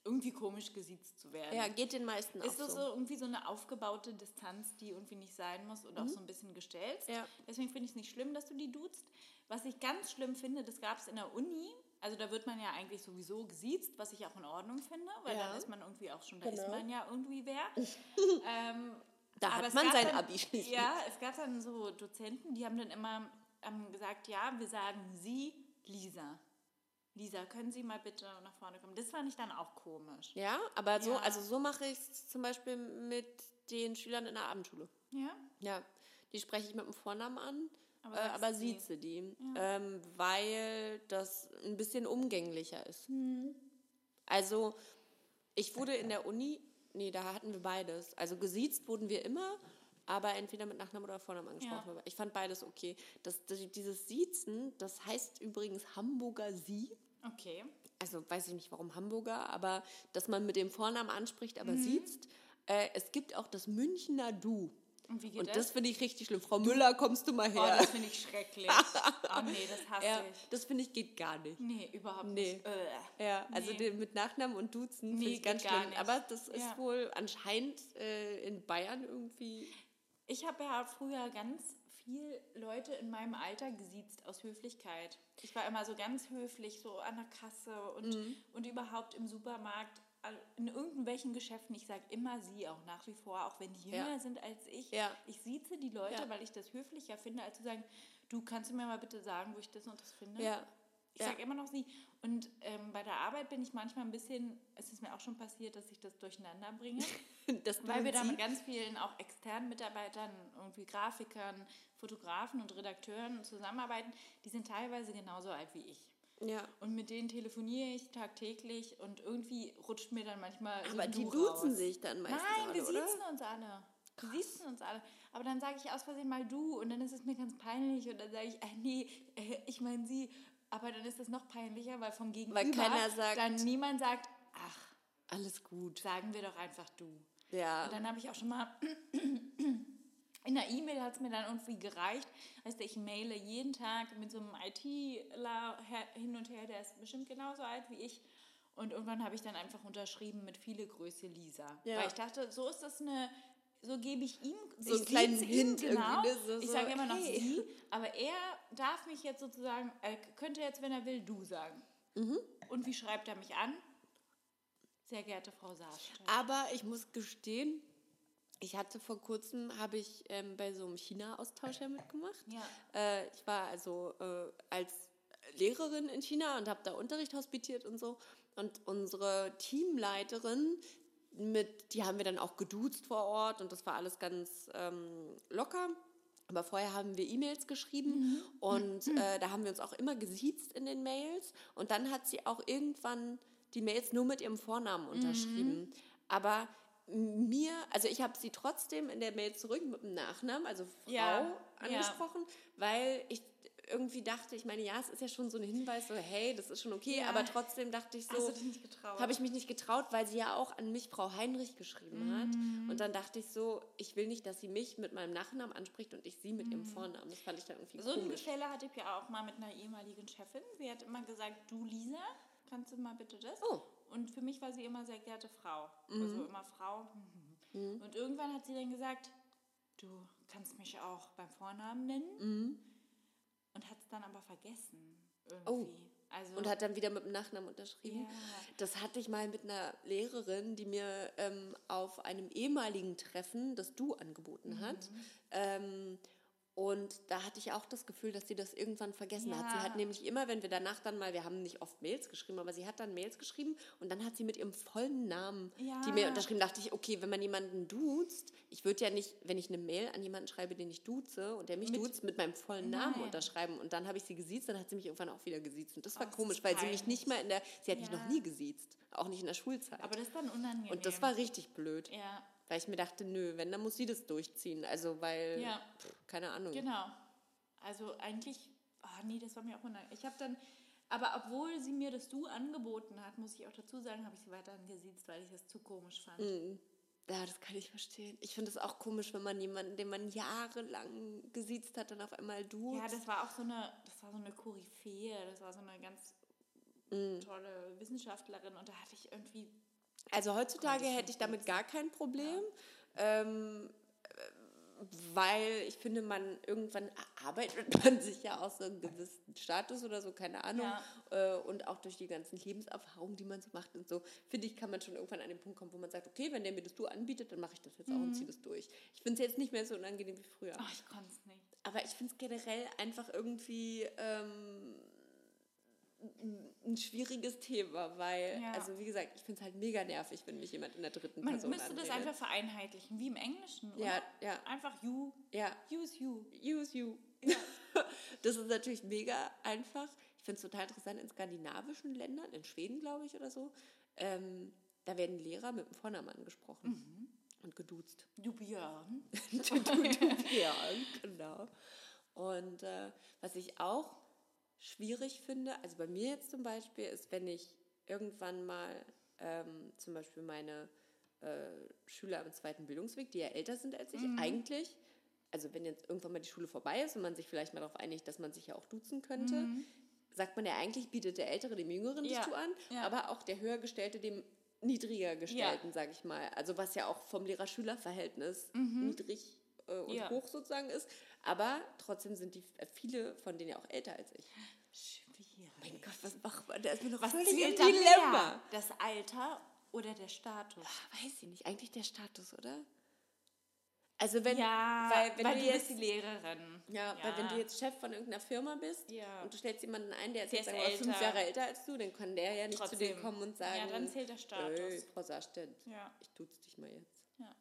[SPEAKER 4] irgendwie komisch gesiezt zu werden.
[SPEAKER 3] ja, geht den meisten
[SPEAKER 4] ähm, Ist
[SPEAKER 3] auch
[SPEAKER 4] das
[SPEAKER 3] so.
[SPEAKER 4] so irgendwie so eine aufgebaute Distanz, die irgendwie nicht sein muss und auch so ein bisschen gestellt?
[SPEAKER 3] Mhm. Ja.
[SPEAKER 4] Deswegen finde ich es nicht schlimm, dass du die duzt. Was ich ganz schlimm finde, das gab es in der Uni. Also da wird man ja eigentlich sowieso gesiezt, was ich auch in Ordnung finde, weil
[SPEAKER 3] Ja.
[SPEAKER 4] dann ist man irgendwie auch schon, da ist
[SPEAKER 3] Genau.
[SPEAKER 4] man ja irgendwie
[SPEAKER 3] (laughs)
[SPEAKER 4] wer. ähm,
[SPEAKER 3] Da
[SPEAKER 4] aber
[SPEAKER 3] hat
[SPEAKER 4] es
[SPEAKER 3] man
[SPEAKER 4] gab
[SPEAKER 3] sein
[SPEAKER 4] dann,
[SPEAKER 3] Abi schließlich.
[SPEAKER 4] Ja, es gab dann so Dozenten, die haben dann immer haben gesagt, ja, wir sagen sie, Lisa. Lisa, können Sie mal bitte nach vorne kommen? Das fand ich dann auch komisch.
[SPEAKER 3] Ja, aber so,
[SPEAKER 4] Ja.
[SPEAKER 3] also so mache ich es zum Beispiel mit den Schülern in der Abendschule.
[SPEAKER 4] Ja?
[SPEAKER 3] Ja, die spreche ich mit dem Vornamen an, aber,
[SPEAKER 4] Aber
[SPEAKER 3] äh,
[SPEAKER 4] sagst
[SPEAKER 3] aber
[SPEAKER 4] du
[SPEAKER 3] sieht
[SPEAKER 4] die?
[SPEAKER 3] sie die, ähm, weil das ein bisschen umgänglicher ist.
[SPEAKER 4] Mhm.
[SPEAKER 3] Also ich wurde in der Uni, nee, da hatten wir beides. Also gesiezt wurden wir immer, aber entweder mit Nachnamen oder Vornamen angesprochen.
[SPEAKER 4] Ja.
[SPEAKER 3] Aber Ich fand beides okay. Das, das, dieses Siezen, das heißt übrigens Hamburger Sie.
[SPEAKER 4] Okay.
[SPEAKER 3] Also weiß ich nicht, warum Hamburger, aber dass man mit dem Vornamen anspricht,
[SPEAKER 4] Mhm.
[SPEAKER 3] aber siezt. Äh, es gibt auch das Münchner Du.
[SPEAKER 4] Und wie geht
[SPEAKER 3] Und
[SPEAKER 4] das?
[SPEAKER 3] das finde ich richtig schlimm. Frau Müller, kommst du mal
[SPEAKER 4] Oh,
[SPEAKER 3] her?
[SPEAKER 4] das finde ich schrecklich. oh nee, das
[SPEAKER 3] (laughs)
[SPEAKER 4] hasse
[SPEAKER 3] ja,
[SPEAKER 4] ich.
[SPEAKER 3] das finde ich geht gar nicht.
[SPEAKER 4] Nee, überhaupt
[SPEAKER 3] Nee.
[SPEAKER 4] nicht. Äh.
[SPEAKER 3] Ja, also
[SPEAKER 4] Nee.
[SPEAKER 3] den mit Nachnamen und Duzen
[SPEAKER 4] Nee,
[SPEAKER 3] finde ich
[SPEAKER 4] geht
[SPEAKER 3] ganz
[SPEAKER 4] gar
[SPEAKER 3] schlimm.
[SPEAKER 4] nicht.
[SPEAKER 3] Aber das ist
[SPEAKER 4] Ja.
[SPEAKER 3] wohl anscheinend äh, in Bayern irgendwie.
[SPEAKER 4] Ich habe ja früher ganz viel Leute in meinem Alter gesiezt aus Höflichkeit. Ich war immer so ganz höflich, so an der Kasse und,
[SPEAKER 3] Mhm.
[SPEAKER 4] und überhaupt im Supermarkt, all- in irgendwelchen Geschäften. Ich sage immer sie auch nach wie vor, auch wenn die
[SPEAKER 3] Ja.
[SPEAKER 4] jünger sind als ich.
[SPEAKER 3] Ja.
[SPEAKER 4] Ich sieze die Leute,
[SPEAKER 3] Ja.
[SPEAKER 4] weil ich das höflicher finde, als zu sagen, du kannst du mir mal bitte sagen, wo ich das und das finde.
[SPEAKER 3] Ja. (laughs)
[SPEAKER 4] Ich
[SPEAKER 3] Ja.
[SPEAKER 4] sage immer noch sie. Und ähm, bei der Arbeit bin ich manchmal ein bisschen, es ist mir auch schon passiert, dass ich das durcheinander
[SPEAKER 3] (laughs)
[SPEAKER 4] bringe.
[SPEAKER 3] Das
[SPEAKER 4] Weil wir da
[SPEAKER 3] Duzen-
[SPEAKER 4] mit ganz vielen auch externen Mitarbeitern, irgendwie Grafikern, Fotografen und Redakteuren zusammenarbeiten, die sind teilweise genauso alt wie ich.
[SPEAKER 3] ja.
[SPEAKER 4] Und mit denen telefoniere ich tagtäglich und irgendwie rutscht mir dann manchmal. so
[SPEAKER 3] Aber
[SPEAKER 4] ein
[SPEAKER 3] die
[SPEAKER 4] Also Du
[SPEAKER 3] duzen
[SPEAKER 4] raus.
[SPEAKER 3] sich dann meistens.
[SPEAKER 4] Nein,
[SPEAKER 3] alle,
[SPEAKER 4] wir
[SPEAKER 3] oder?
[SPEAKER 4] siezen uns alle. Wir siezen uns alle. Aber dann sage ich aus Versehen mal du und dann ist es mir ganz peinlich und dann sage ich, äh, nee, äh, ich meine sie. Aber dann ist es noch peinlicher, weil vom Gegenüber
[SPEAKER 3] keiner sagt-
[SPEAKER 4] dann niemand sagt, ach,
[SPEAKER 3] Alles gut.
[SPEAKER 4] sagen wir doch einfach du.
[SPEAKER 3] Ja.
[SPEAKER 4] Und dann habe ich auch schon mal (clears throat) in der E-Mail hat es mir dann irgendwie gereicht. Weißt du, ich maile jeden Tag mit so einem ITler her- hin und her, der ist bestimmt genauso alt wie ich. Und irgendwann habe ich dann einfach unterschrieben mit viele Grüße Lisa.
[SPEAKER 3] Ja.
[SPEAKER 4] Weil ich dachte, so ist das eine, so gebe ich ihm
[SPEAKER 3] So einen
[SPEAKER 4] ich
[SPEAKER 3] kleinen
[SPEAKER 4] sieze ihm
[SPEAKER 3] Hint irgendwie,
[SPEAKER 4] genau.
[SPEAKER 3] ne? So-
[SPEAKER 4] ich
[SPEAKER 3] so,
[SPEAKER 4] sage immer noch
[SPEAKER 3] hey.
[SPEAKER 4] sie, aber er darf mich jetzt sozusagen, er könnte jetzt, wenn er will, du sagen.
[SPEAKER 3] Mhm.
[SPEAKER 4] Und wie schreibt er mich an? Sehr geehrte Frau Saarstein.
[SPEAKER 3] Aber ich muss gestehen, ich hatte vor kurzem, habe ich ähm, bei so einem China-Austausch ja mitgemacht.
[SPEAKER 4] Ja.
[SPEAKER 3] Äh, ich war also äh, als Lehrerin in China und habe da Unterricht hospitiert und so. Und unsere Teamleiterin, mit, die haben wir dann auch geduzt vor Ort und das war alles ganz ähm, locker. Aber vorher haben wir E-Mails geschrieben
[SPEAKER 4] Mhm.
[SPEAKER 3] und äh, da haben wir uns auch immer gesiezt in den Mails. Und dann hat sie auch irgendwann die Mails nur mit ihrem Vornamen
[SPEAKER 4] Mhm.
[SPEAKER 3] unterschrieben. Aber mir, also ich habe sie trotzdem in der Mail zurück mit dem Nachnamen, also Frau,
[SPEAKER 4] Ja, ja.
[SPEAKER 3] angesprochen, weil ich irgendwie dachte, ich meine, ja, es ist ja schon so ein Hinweis, so hey, das ist schon okay,
[SPEAKER 4] Ja.
[SPEAKER 3] aber trotzdem dachte ich
[SPEAKER 4] Hast
[SPEAKER 3] so,
[SPEAKER 4] du dich nicht getraut?
[SPEAKER 3] habe ich mich nicht getraut, weil sie ja auch an mich Frau Heinrich geschrieben
[SPEAKER 4] Mhm.
[SPEAKER 3] hat. Und dann dachte ich so, ich will nicht, dass sie mich mit meinem Nachnamen anspricht und ich sie mit ihrem Vornamen. Das fand ich dann irgendwie
[SPEAKER 4] Mhm. So eine
[SPEAKER 3] komisch.
[SPEAKER 4] Gefälle hatte ich ja auch mal mit einer ehemaligen Chefin. Sie hat immer gesagt, du Lisa, kannst du mal bitte das?
[SPEAKER 3] Oh. Mhm.
[SPEAKER 4] Und für mich war sie immer sehr geehrte Frau. Also immer Frau. Und irgendwann hat sie dann gesagt, du kannst mich auch beim Vornamen nennen.
[SPEAKER 3] Mhm.
[SPEAKER 4] Und hat es dann aber vergessen. Irgendwie.
[SPEAKER 3] Oh.
[SPEAKER 4] Also,
[SPEAKER 3] Und hat dann wieder mit dem Nachnamen unterschrieben.
[SPEAKER 4] Ja.
[SPEAKER 3] Das hatte ich mal mit einer Lehrerin, die mir ähm, auf einem ehemaligen Treffen das Du
[SPEAKER 4] Mhm.
[SPEAKER 3] angeboten hat. Ähm, und da hatte ich auch das Gefühl, dass sie das irgendwann vergessen hat. Sie
[SPEAKER 4] Ja.
[SPEAKER 3] hat nämlich immer, wenn wir danach dann mal, wir haben nicht oft Mails geschrieben, aber sie hat dann Mails geschrieben und dann hat sie mit ihrem vollen Namen
[SPEAKER 4] Ja.
[SPEAKER 3] die Mail unterschrieben. Dachte ich, okay, wenn man jemanden duzt, ich würde ja nicht, wenn ich eine Mail an jemanden schreibe, den ich duze und der mich
[SPEAKER 4] Mit-
[SPEAKER 3] duzt, mit meinem vollen Namen
[SPEAKER 4] Nein.
[SPEAKER 3] unterschreiben. Und dann habe ich sie gesiezt, dann hat sie mich irgendwann auch wieder gesiezt. Und das
[SPEAKER 4] Oh,
[SPEAKER 3] war
[SPEAKER 4] das ist
[SPEAKER 3] komisch, weil sie mich
[SPEAKER 4] peinlich.
[SPEAKER 3] nicht mal in der, sie hat mich
[SPEAKER 4] Ja.
[SPEAKER 3] noch nie gesiezt, auch nicht in der Schulzeit.
[SPEAKER 4] aber das ist dann unangenehm.
[SPEAKER 3] und das war richtig blöd,
[SPEAKER 4] Ja,
[SPEAKER 3] weil ich mir dachte, nö, wenn, dann muss sie das durchziehen. Also, weil,
[SPEAKER 4] Ja.
[SPEAKER 3] pff, keine Ahnung.
[SPEAKER 4] Genau. Also eigentlich, ah, nee, das war mir auch unangenehm. Ich habe dann, aber obwohl sie mir das Du angeboten hat, muss ich auch dazu sagen, habe ich sie weiterhin gesiezt, weil ich das zu komisch fand.
[SPEAKER 3] Mhm. Ja, das kann ich verstehen. Ich finde es auch komisch, wenn man jemanden, den man jahrelang gesiezt hat, dann auf einmal du.
[SPEAKER 4] Ja, das war auch so eine, das war so eine Koryphäe, das war so eine ganz
[SPEAKER 3] Mhm.
[SPEAKER 4] tolle Wissenschaftlerin und da hatte ich irgendwie,
[SPEAKER 3] Also heutzutage
[SPEAKER 4] Konnte ich
[SPEAKER 3] hätte ich
[SPEAKER 4] nicht
[SPEAKER 3] damit gar kein Problem, ähm, äh, weil ich finde, man irgendwann erarbeitet (laughs) man sich ja auch so einen gewissen Status oder so, keine Ahnung. Äh, und auch durch die ganzen Lebenserfahrungen, die man so macht und so, finde ich, kann man schon irgendwann an den Punkt kommen, wo man sagt, okay, wenn der mir das Du anbietet, dann mache ich das jetzt auch und ziehe das durch. Ich finde es jetzt nicht mehr so unangenehm wie früher.
[SPEAKER 4] ach, ich konnte es nicht.
[SPEAKER 3] Aber ich finde es generell einfach irgendwie ähm, ein schwieriges Thema, weil,
[SPEAKER 4] Ja.
[SPEAKER 3] also wie gesagt, ich finde es halt mega nervig, wenn mich jemand in der dritten
[SPEAKER 4] Man
[SPEAKER 3] Person
[SPEAKER 4] müsste das
[SPEAKER 3] anredet.
[SPEAKER 4] einfach vereinheitlichen, wie im Englischen, oder?
[SPEAKER 3] Ja, ja.
[SPEAKER 4] Einfach you,
[SPEAKER 3] Ja,
[SPEAKER 4] use you.
[SPEAKER 3] use you. (laughs) das ist natürlich mega einfach. Ich finde es total interessant, in skandinavischen Ländern, in Schweden, glaube ich, oder so, ähm, da werden Lehrer mit dem Vornamen angesprochen
[SPEAKER 4] Mhm.
[SPEAKER 3] und geduzt.
[SPEAKER 4] Du
[SPEAKER 3] (laughs)
[SPEAKER 4] Björn.
[SPEAKER 3] Ja,
[SPEAKER 4] (laughs)
[SPEAKER 3] genau. Und äh, was ich auch schwierig finde, also bei mir jetzt zum Beispiel, ist, wenn ich irgendwann mal ähm, zum Beispiel meine äh, Schüler im zweiten Bildungsweg, die ja älter sind als ich,
[SPEAKER 4] Mhm.
[SPEAKER 3] eigentlich, also wenn jetzt irgendwann mal die Schule vorbei ist und man sich vielleicht mal darauf einigt, dass man sich ja auch duzen könnte, sagt man ja eigentlich, bietet der Ältere dem Jüngeren
[SPEAKER 4] Mhm. Ja,
[SPEAKER 3] das Du an,
[SPEAKER 4] ja.
[SPEAKER 3] aber auch der Höhergestellte dem Niedrigergestellten, sage ich mal. Also was ja auch vom Lehrer-Schüler-Verhältnis niedrig äh, und
[SPEAKER 4] Ja.
[SPEAKER 3] hoch sozusagen ist. Aber trotzdem sind die äh, viele von denen ja auch älter als ich.
[SPEAKER 4] Schwierig.
[SPEAKER 3] Mein Gott, was macht man? Da ist mir noch
[SPEAKER 4] Was
[SPEAKER 3] völlig im
[SPEAKER 4] zählt da
[SPEAKER 3] Dilemma.
[SPEAKER 4] mehr? Das Alter oder der Status?
[SPEAKER 3] Weiß ich nicht, eigentlich der Status, oder? Also wenn,
[SPEAKER 4] ja,
[SPEAKER 3] weil, wenn du jetzt
[SPEAKER 4] bist die Lehrerin.
[SPEAKER 3] Ja, weil wenn du jetzt Chef von irgendeiner Firma bist
[SPEAKER 4] Ja.
[SPEAKER 3] und du stellst jemanden ein, der ist
[SPEAKER 4] Der
[SPEAKER 3] jetzt
[SPEAKER 4] ist
[SPEAKER 3] sagen wir mal, fünf
[SPEAKER 4] älter.
[SPEAKER 3] Jahre älter als du, dann kann der ja nicht zu dir
[SPEAKER 4] Trotzdem.
[SPEAKER 3] kommen und
[SPEAKER 4] Ja,
[SPEAKER 3] sagen,
[SPEAKER 4] dann zählt der Status.
[SPEAKER 3] "Ey, Frau Sarstedt,
[SPEAKER 4] Ja.
[SPEAKER 3] ich duze dich mal jetzt.
[SPEAKER 4] Ja.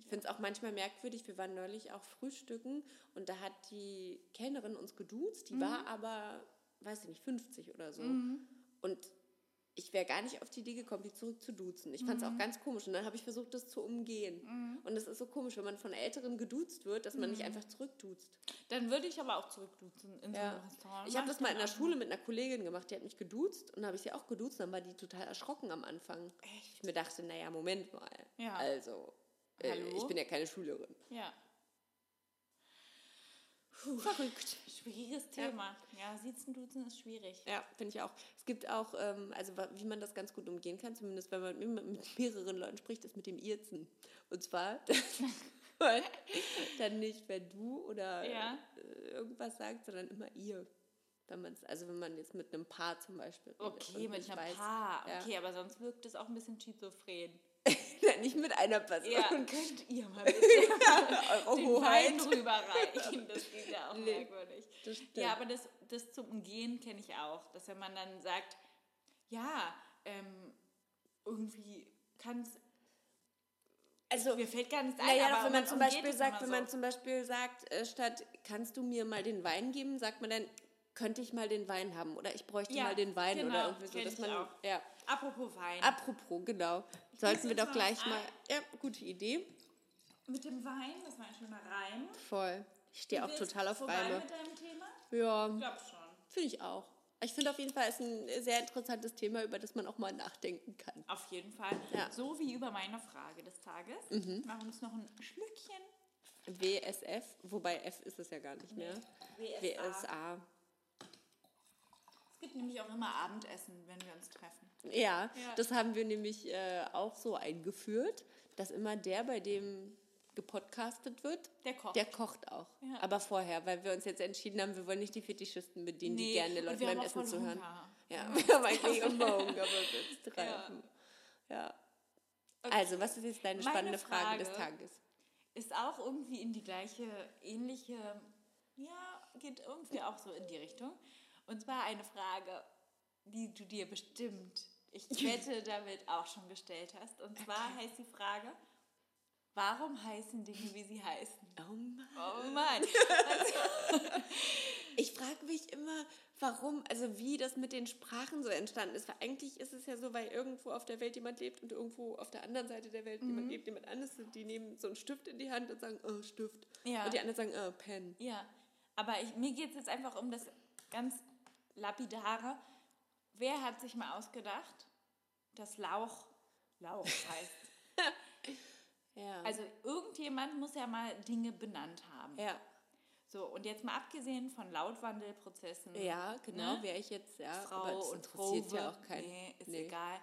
[SPEAKER 3] Ich finde es auch manchmal merkwürdig, wir waren neulich auch frühstücken und da hat die Kellnerin uns geduzt,
[SPEAKER 4] Mhm.
[SPEAKER 3] die war aber, weiß ich nicht, 50 oder so. Und ich wäre gar nicht auf die Idee gekommen, die zurück zu duzen. Ich
[SPEAKER 4] Mhm.
[SPEAKER 3] fand es auch ganz komisch. Und dann habe ich versucht, das zu umgehen. Und es ist so komisch, wenn man von Älteren geduzt wird, dass man
[SPEAKER 4] Mhm.
[SPEAKER 3] nicht einfach zurückduzt.
[SPEAKER 4] Dann würde ich aber auch zurückduzen in so einem Restaurant. genau.
[SPEAKER 3] Ich habe das mal in der
[SPEAKER 4] Dann auch.
[SPEAKER 3] Schule mit einer Kollegin gemacht, die hat mich geduzt und dann habe ich sie auch geduzt, dann war die total erschrocken am Anfang.
[SPEAKER 4] Echt?
[SPEAKER 3] Ich mir dachte, naja, Moment mal.
[SPEAKER 4] Ja.
[SPEAKER 3] Also, äh,
[SPEAKER 4] Hallo?
[SPEAKER 3] ich bin ja keine Schülerin.
[SPEAKER 4] Ja. Verrückt. Schwieriges Thema. Ja, siezen, duzen ist schwierig.
[SPEAKER 3] Ja, finde ich auch. Es gibt auch, ähm, also wa- wie man das ganz gut umgehen kann, zumindest wenn man mit, mit mehreren Leuten spricht, ist mit dem Irzen. Und zwar (laughs) dann nicht, wenn du oder
[SPEAKER 4] Ja.
[SPEAKER 3] äh, irgendwas sagst, sondern immer ihr. Wenn man's, also wenn man jetzt mit einem Paar zum Beispiel. redet
[SPEAKER 4] Okay,
[SPEAKER 3] und
[SPEAKER 4] mit
[SPEAKER 3] nicht
[SPEAKER 4] einem
[SPEAKER 3] weiß-
[SPEAKER 4] Paar.
[SPEAKER 3] Ja.
[SPEAKER 4] Okay, aber sonst wirkt es auch ein bisschen schizophren.
[SPEAKER 3] Nein, nicht mit einer Person. (laughs)
[SPEAKER 4] Ja, könnt ihr (laughs) mal bitte
[SPEAKER 3] Eure
[SPEAKER 4] den Wein rüberreichen. Das geht ja auch
[SPEAKER 3] Oh, halt. (laughs) Nee,
[SPEAKER 4] merkwürdig.
[SPEAKER 3] das stimmt.
[SPEAKER 4] Ja, aber das, das zum Umgehen kenne ich auch. Dass wenn man dann sagt, ja, ähm, irgendwie kann es,
[SPEAKER 3] Also,
[SPEAKER 4] mir fällt gar nichts ein,
[SPEAKER 3] naja,
[SPEAKER 4] aber
[SPEAKER 3] wenn man zum
[SPEAKER 4] umgeht
[SPEAKER 3] Beispiel
[SPEAKER 4] es
[SPEAKER 3] sagt,
[SPEAKER 4] immer
[SPEAKER 3] wenn
[SPEAKER 4] so.
[SPEAKER 3] man zum Beispiel sagt, äh, statt kannst du mir mal den Wein geben, sagt man dann, könnte ich mal den Wein haben oder ich bräuchte
[SPEAKER 4] Ja,
[SPEAKER 3] mal den Wein oder
[SPEAKER 4] genau,
[SPEAKER 3] irgendwie so,
[SPEAKER 4] kenn
[SPEAKER 3] dass
[SPEAKER 4] ich
[SPEAKER 3] man
[SPEAKER 4] auch.
[SPEAKER 3] ja.
[SPEAKER 4] Apropos Wein.
[SPEAKER 3] Apropos, genau. Sollten wir
[SPEAKER 4] jetzt
[SPEAKER 3] doch
[SPEAKER 4] mal
[SPEAKER 3] gleich
[SPEAKER 4] ein.
[SPEAKER 3] mal. Ja, gute Idee.
[SPEAKER 4] Mit dem Wein, das war ein schöner Reim.
[SPEAKER 3] Voll. Ich stehe auch
[SPEAKER 4] Willst
[SPEAKER 3] total auf
[SPEAKER 4] vorbei
[SPEAKER 3] Reime.
[SPEAKER 4] mit deinem Thema?
[SPEAKER 3] Ja,
[SPEAKER 4] Ich glaube schon.
[SPEAKER 3] finde ich auch. Ich finde auf jeden Fall ist ein sehr interessantes Thema, über das man auch mal nachdenken kann.
[SPEAKER 4] Auf jeden Fall.
[SPEAKER 3] Ja. Mhm.
[SPEAKER 4] So wie über meine Frage des Tages. Machen wir uns noch ein Schlückchen.
[SPEAKER 3] WSF, wobei F ist es ja gar nicht mehr.
[SPEAKER 4] WSA.
[SPEAKER 3] WSA.
[SPEAKER 4] Es gibt nämlich auch immer Abendessen, wenn wir uns treffen.
[SPEAKER 3] Ja,
[SPEAKER 4] Ja.
[SPEAKER 3] das haben wir nämlich äh, auch so eingeführt, dass immer der, bei dem gepodcastet wird,
[SPEAKER 4] Der kocht.
[SPEAKER 3] der kocht auch.
[SPEAKER 4] Ja.
[SPEAKER 3] Aber vorher, weil wir uns jetzt entschieden haben, wir wollen nicht die Fetischisten bedienen, die
[SPEAKER 4] Nee,
[SPEAKER 3] gerne
[SPEAKER 4] und
[SPEAKER 3] Leute
[SPEAKER 4] wir haben
[SPEAKER 3] beim
[SPEAKER 4] auch
[SPEAKER 3] Essen
[SPEAKER 4] voll
[SPEAKER 3] zuhören.
[SPEAKER 4] Hunger. Also-
[SPEAKER 3] Ja, (laughs) wir haben eigentlich immer Hunger, wenn wir
[SPEAKER 4] (laughs)
[SPEAKER 3] uns treffen. Ja. Also, was ist jetzt deine
[SPEAKER 4] Meine
[SPEAKER 3] spannende Frage, des
[SPEAKER 4] Frage.
[SPEAKER 3] Tages?
[SPEAKER 4] Ist auch irgendwie in die gleiche, ähnliche, ja, geht irgendwie auch so in die Richtung. Und zwar eine Frage, die du dir bestimmt, (laughs) ich wette, damit auch schon gestellt hast. Und zwar heißt die Frage, warum heißen Dinge, wie sie heißen?
[SPEAKER 3] Oh Mann.
[SPEAKER 4] (laughs) Oh Mann.
[SPEAKER 3] Ich frage mich immer, warum, also wie das mit den Sprachen so entstanden ist. Weil eigentlich ist es ja so, weil irgendwo auf der Welt jemand lebt und irgendwo auf der anderen Seite der Welt
[SPEAKER 4] Mhm.
[SPEAKER 3] jemand lebt, jemand anderes. Und Die nehmen so einen Stift in die Hand und sagen, oh, Stift.
[SPEAKER 4] Ja.
[SPEAKER 3] Und die anderen sagen, oh, Pen.
[SPEAKER 4] (laughs) Ja, aber ich, mir geht es jetzt einfach um das ganz lapidare. Wer hat sich mal ausgedacht, dass Lauch (laughs) Lauch heißt?
[SPEAKER 3] Ja.
[SPEAKER 4] also irgendjemand muss ja mal Dinge benannt haben.
[SPEAKER 3] ja.
[SPEAKER 4] So, und jetzt mal abgesehen von Lautwandelprozessen.
[SPEAKER 3] Ja, genau,
[SPEAKER 4] ne?
[SPEAKER 3] wäre ich jetzt, ja.
[SPEAKER 4] Frau
[SPEAKER 3] aber das
[SPEAKER 4] und
[SPEAKER 3] interessiert
[SPEAKER 4] Frove.
[SPEAKER 3] ja auch keinen.
[SPEAKER 4] Nee, ist
[SPEAKER 3] Nee.
[SPEAKER 4] egal.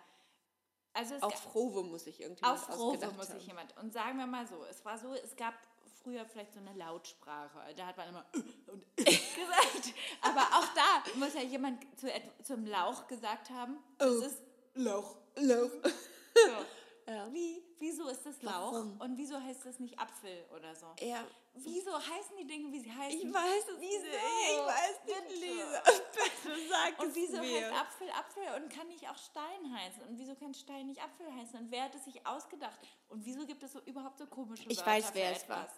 [SPEAKER 4] Also es
[SPEAKER 3] Auch
[SPEAKER 4] ga-
[SPEAKER 3] Frove muss ich irgendwie
[SPEAKER 4] auf Probe
[SPEAKER 3] ausgedacht
[SPEAKER 4] muss
[SPEAKER 3] haben.
[SPEAKER 4] sich jemand. Und sagen wir mal so, es war so, es gab früher vielleicht so eine Lautsprache. Da hat man immer (laughs) und gesagt. Aber auch da muss ja jemand zu, et- zum Lauch gesagt haben, das
[SPEAKER 3] Oh.
[SPEAKER 4] ist
[SPEAKER 3] Lauch, Lauch.
[SPEAKER 4] (laughs) so.
[SPEAKER 3] (laughs) Ja.
[SPEAKER 4] Wie, wieso ist das Lauch
[SPEAKER 3] Warum?
[SPEAKER 4] und wieso heißt das nicht Apfel oder so? (laughs)
[SPEAKER 3] Ja.
[SPEAKER 4] Wieso heißen die Dinge, wie sie heißen?
[SPEAKER 3] Ich weiß es nicht.
[SPEAKER 4] Wieso?
[SPEAKER 3] Ich weiß
[SPEAKER 4] Bitte.
[SPEAKER 3] nicht, Lisa. Bitte sag
[SPEAKER 4] Und
[SPEAKER 3] es
[SPEAKER 4] wieso
[SPEAKER 3] mir.
[SPEAKER 4] heißt Apfel Apfel und kann nicht auch Stein heißen? Und wieso kann Stein nicht Apfel heißen? Und wer hat es sich ausgedacht? Und wieso gibt es so überhaupt so komische
[SPEAKER 3] Ich
[SPEAKER 4] Wörter
[SPEAKER 3] weiß,
[SPEAKER 4] für
[SPEAKER 3] wer es
[SPEAKER 4] etwas?
[SPEAKER 3] war.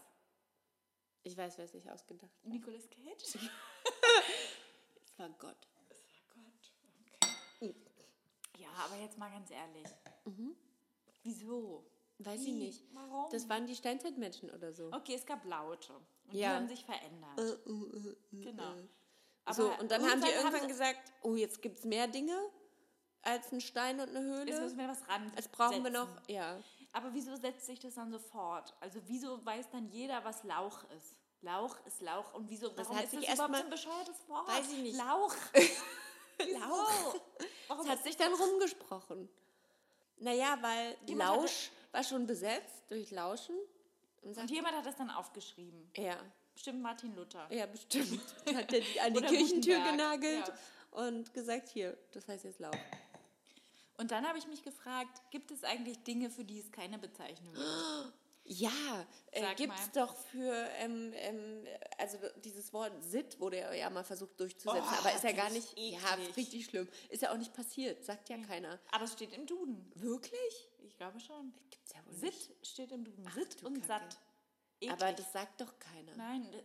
[SPEAKER 3] Ich weiß, wer es nicht ausgedacht hat.
[SPEAKER 4] Nicolas Cage?
[SPEAKER 3] Es war Gott.
[SPEAKER 4] Oh Gott, okay. Ja, aber jetzt mal ganz ehrlich.
[SPEAKER 3] Mhm.
[SPEAKER 4] Wieso?
[SPEAKER 3] Weiß
[SPEAKER 4] Wie?
[SPEAKER 3] ich nicht.
[SPEAKER 4] Warum?
[SPEAKER 3] Das waren die Steinzeitmenschen oder so.
[SPEAKER 4] okay, es gab Laute. Und
[SPEAKER 3] Ja. Äh,
[SPEAKER 4] die haben sich verändert. genau. Aber
[SPEAKER 3] so und dann haben die irgendwann
[SPEAKER 4] sie-
[SPEAKER 3] gesagt, oh, jetzt gibt es mehr Dinge als ein Stein und eine
[SPEAKER 4] Jetzt müssen
[SPEAKER 3] Höhle.
[SPEAKER 4] wir was ran.
[SPEAKER 3] Jetzt brauchen wir noch, ja.
[SPEAKER 4] Aber wieso setzt sich das dann so fort? Also wieso weiß dann jeder, was Lauch ist? Lauch ist Lauch und wieso warum
[SPEAKER 3] hat
[SPEAKER 4] ist
[SPEAKER 3] sich
[SPEAKER 4] das überhaupt
[SPEAKER 3] erstmal-
[SPEAKER 4] so ein bescheuertes Wort?
[SPEAKER 3] Weiß ich nicht. (laughs)
[SPEAKER 4] Lauch.
[SPEAKER 3] Lauch.
[SPEAKER 4] Warum
[SPEAKER 3] Es hat
[SPEAKER 4] ist-
[SPEAKER 3] sich dann rumgesprochen. Naja, weil
[SPEAKER 4] Jemand hatte-
[SPEAKER 3] Lausch war schon besetzt durch Lauschen. Und
[SPEAKER 4] und
[SPEAKER 3] sagt,
[SPEAKER 4] jemand hat das dann aufgeschrieben.
[SPEAKER 3] ja,
[SPEAKER 4] Bestimmt Martin Luther.
[SPEAKER 3] ja, bestimmt. Hat er die an die
[SPEAKER 4] Oder
[SPEAKER 3] Kirchentür
[SPEAKER 4] Gutenberg,
[SPEAKER 3] genagelt
[SPEAKER 4] ja.
[SPEAKER 3] und gesagt, hier, das heißt jetzt Lauch.
[SPEAKER 4] Und dann habe ich mich gefragt, gibt es eigentlich Dinge, für die es keine Bezeichnung gibt?
[SPEAKER 3] Ja, äh,
[SPEAKER 4] Sag
[SPEAKER 3] gibt es
[SPEAKER 4] mal.
[SPEAKER 3] doch für, ähm, ähm, also dieses Wort Sit wurde ja- ja mal versucht durchzusetzen,
[SPEAKER 4] Oh,
[SPEAKER 3] aber ist ja
[SPEAKER 4] finde
[SPEAKER 3] gar
[SPEAKER 4] ich
[SPEAKER 3] nicht, ja,
[SPEAKER 4] eklig.
[SPEAKER 3] ist richtig schlimm. Ist ja auch nicht passiert, sagt ja keiner.
[SPEAKER 4] Aber es steht im Duden.
[SPEAKER 3] Wirklich?
[SPEAKER 4] Ich glaube schon.
[SPEAKER 3] Gibt's ja wohl nicht.
[SPEAKER 4] Sitt steht im Duden. Sitt
[SPEAKER 3] du
[SPEAKER 4] und
[SPEAKER 3] Kacke.
[SPEAKER 4] satt. E Eklig.
[SPEAKER 3] Aber das sagt doch keiner.
[SPEAKER 4] Nein. d-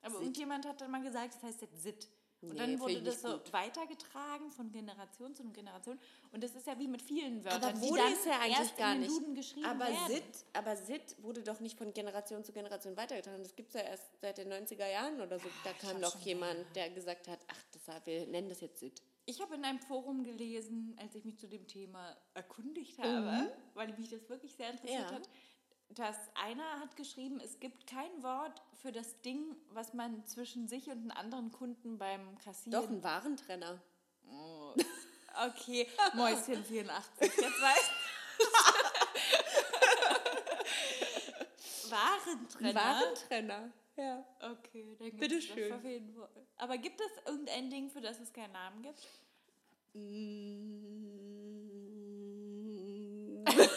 [SPEAKER 4] Aber irgendjemand hat dann mal gesagt, das heißt jetzt Sitt. Und
[SPEAKER 3] Nee,
[SPEAKER 4] dann
[SPEAKER 3] find
[SPEAKER 4] wurde
[SPEAKER 3] ich
[SPEAKER 4] das
[SPEAKER 3] nicht
[SPEAKER 4] so
[SPEAKER 3] gut.
[SPEAKER 4] weitergetragen von Generation zu Generation. Und das ist ja wie mit vielen Wörtern,
[SPEAKER 3] Aber
[SPEAKER 4] die
[SPEAKER 3] wurde
[SPEAKER 4] dann
[SPEAKER 3] es ja eigentlich
[SPEAKER 4] erst
[SPEAKER 3] gar
[SPEAKER 4] in den
[SPEAKER 3] nicht.
[SPEAKER 4] Duden geschrieben
[SPEAKER 3] aber
[SPEAKER 4] werden.
[SPEAKER 3] Sit, aber Sit wurde doch nicht von Generation zu Generation weitergetragen. Das gibt es ja erst seit den 90er Jahren oder so. Da kam doch jemand, der gesagt hat, ach, das, war- wir nennen das jetzt Sit.
[SPEAKER 4] Ich habe in einem Forum gelesen, als ich mich zu dem Thema erkundigt habe, weil mich das wirklich sehr interessiert
[SPEAKER 3] Mhm. Ja.
[SPEAKER 4] hat, dass einer hat geschrieben, es gibt kein Wort für das Ding, was man zwischen sich und einen anderen Kunden beim Kassieren...
[SPEAKER 3] Doch, ein Warentrenner.
[SPEAKER 4] Okay, Mäuschen 84, jetzt
[SPEAKER 3] (laughs)
[SPEAKER 4] weiß Warentrenner.
[SPEAKER 3] Ein Warentrenner, ja.
[SPEAKER 4] Okay, dann gibt's
[SPEAKER 3] Bitteschön.
[SPEAKER 4] das auf jeden Fall. Aber gibt es irgendein Ding, für das es keinen Namen gibt?
[SPEAKER 3] Mm.
[SPEAKER 4] (laughs)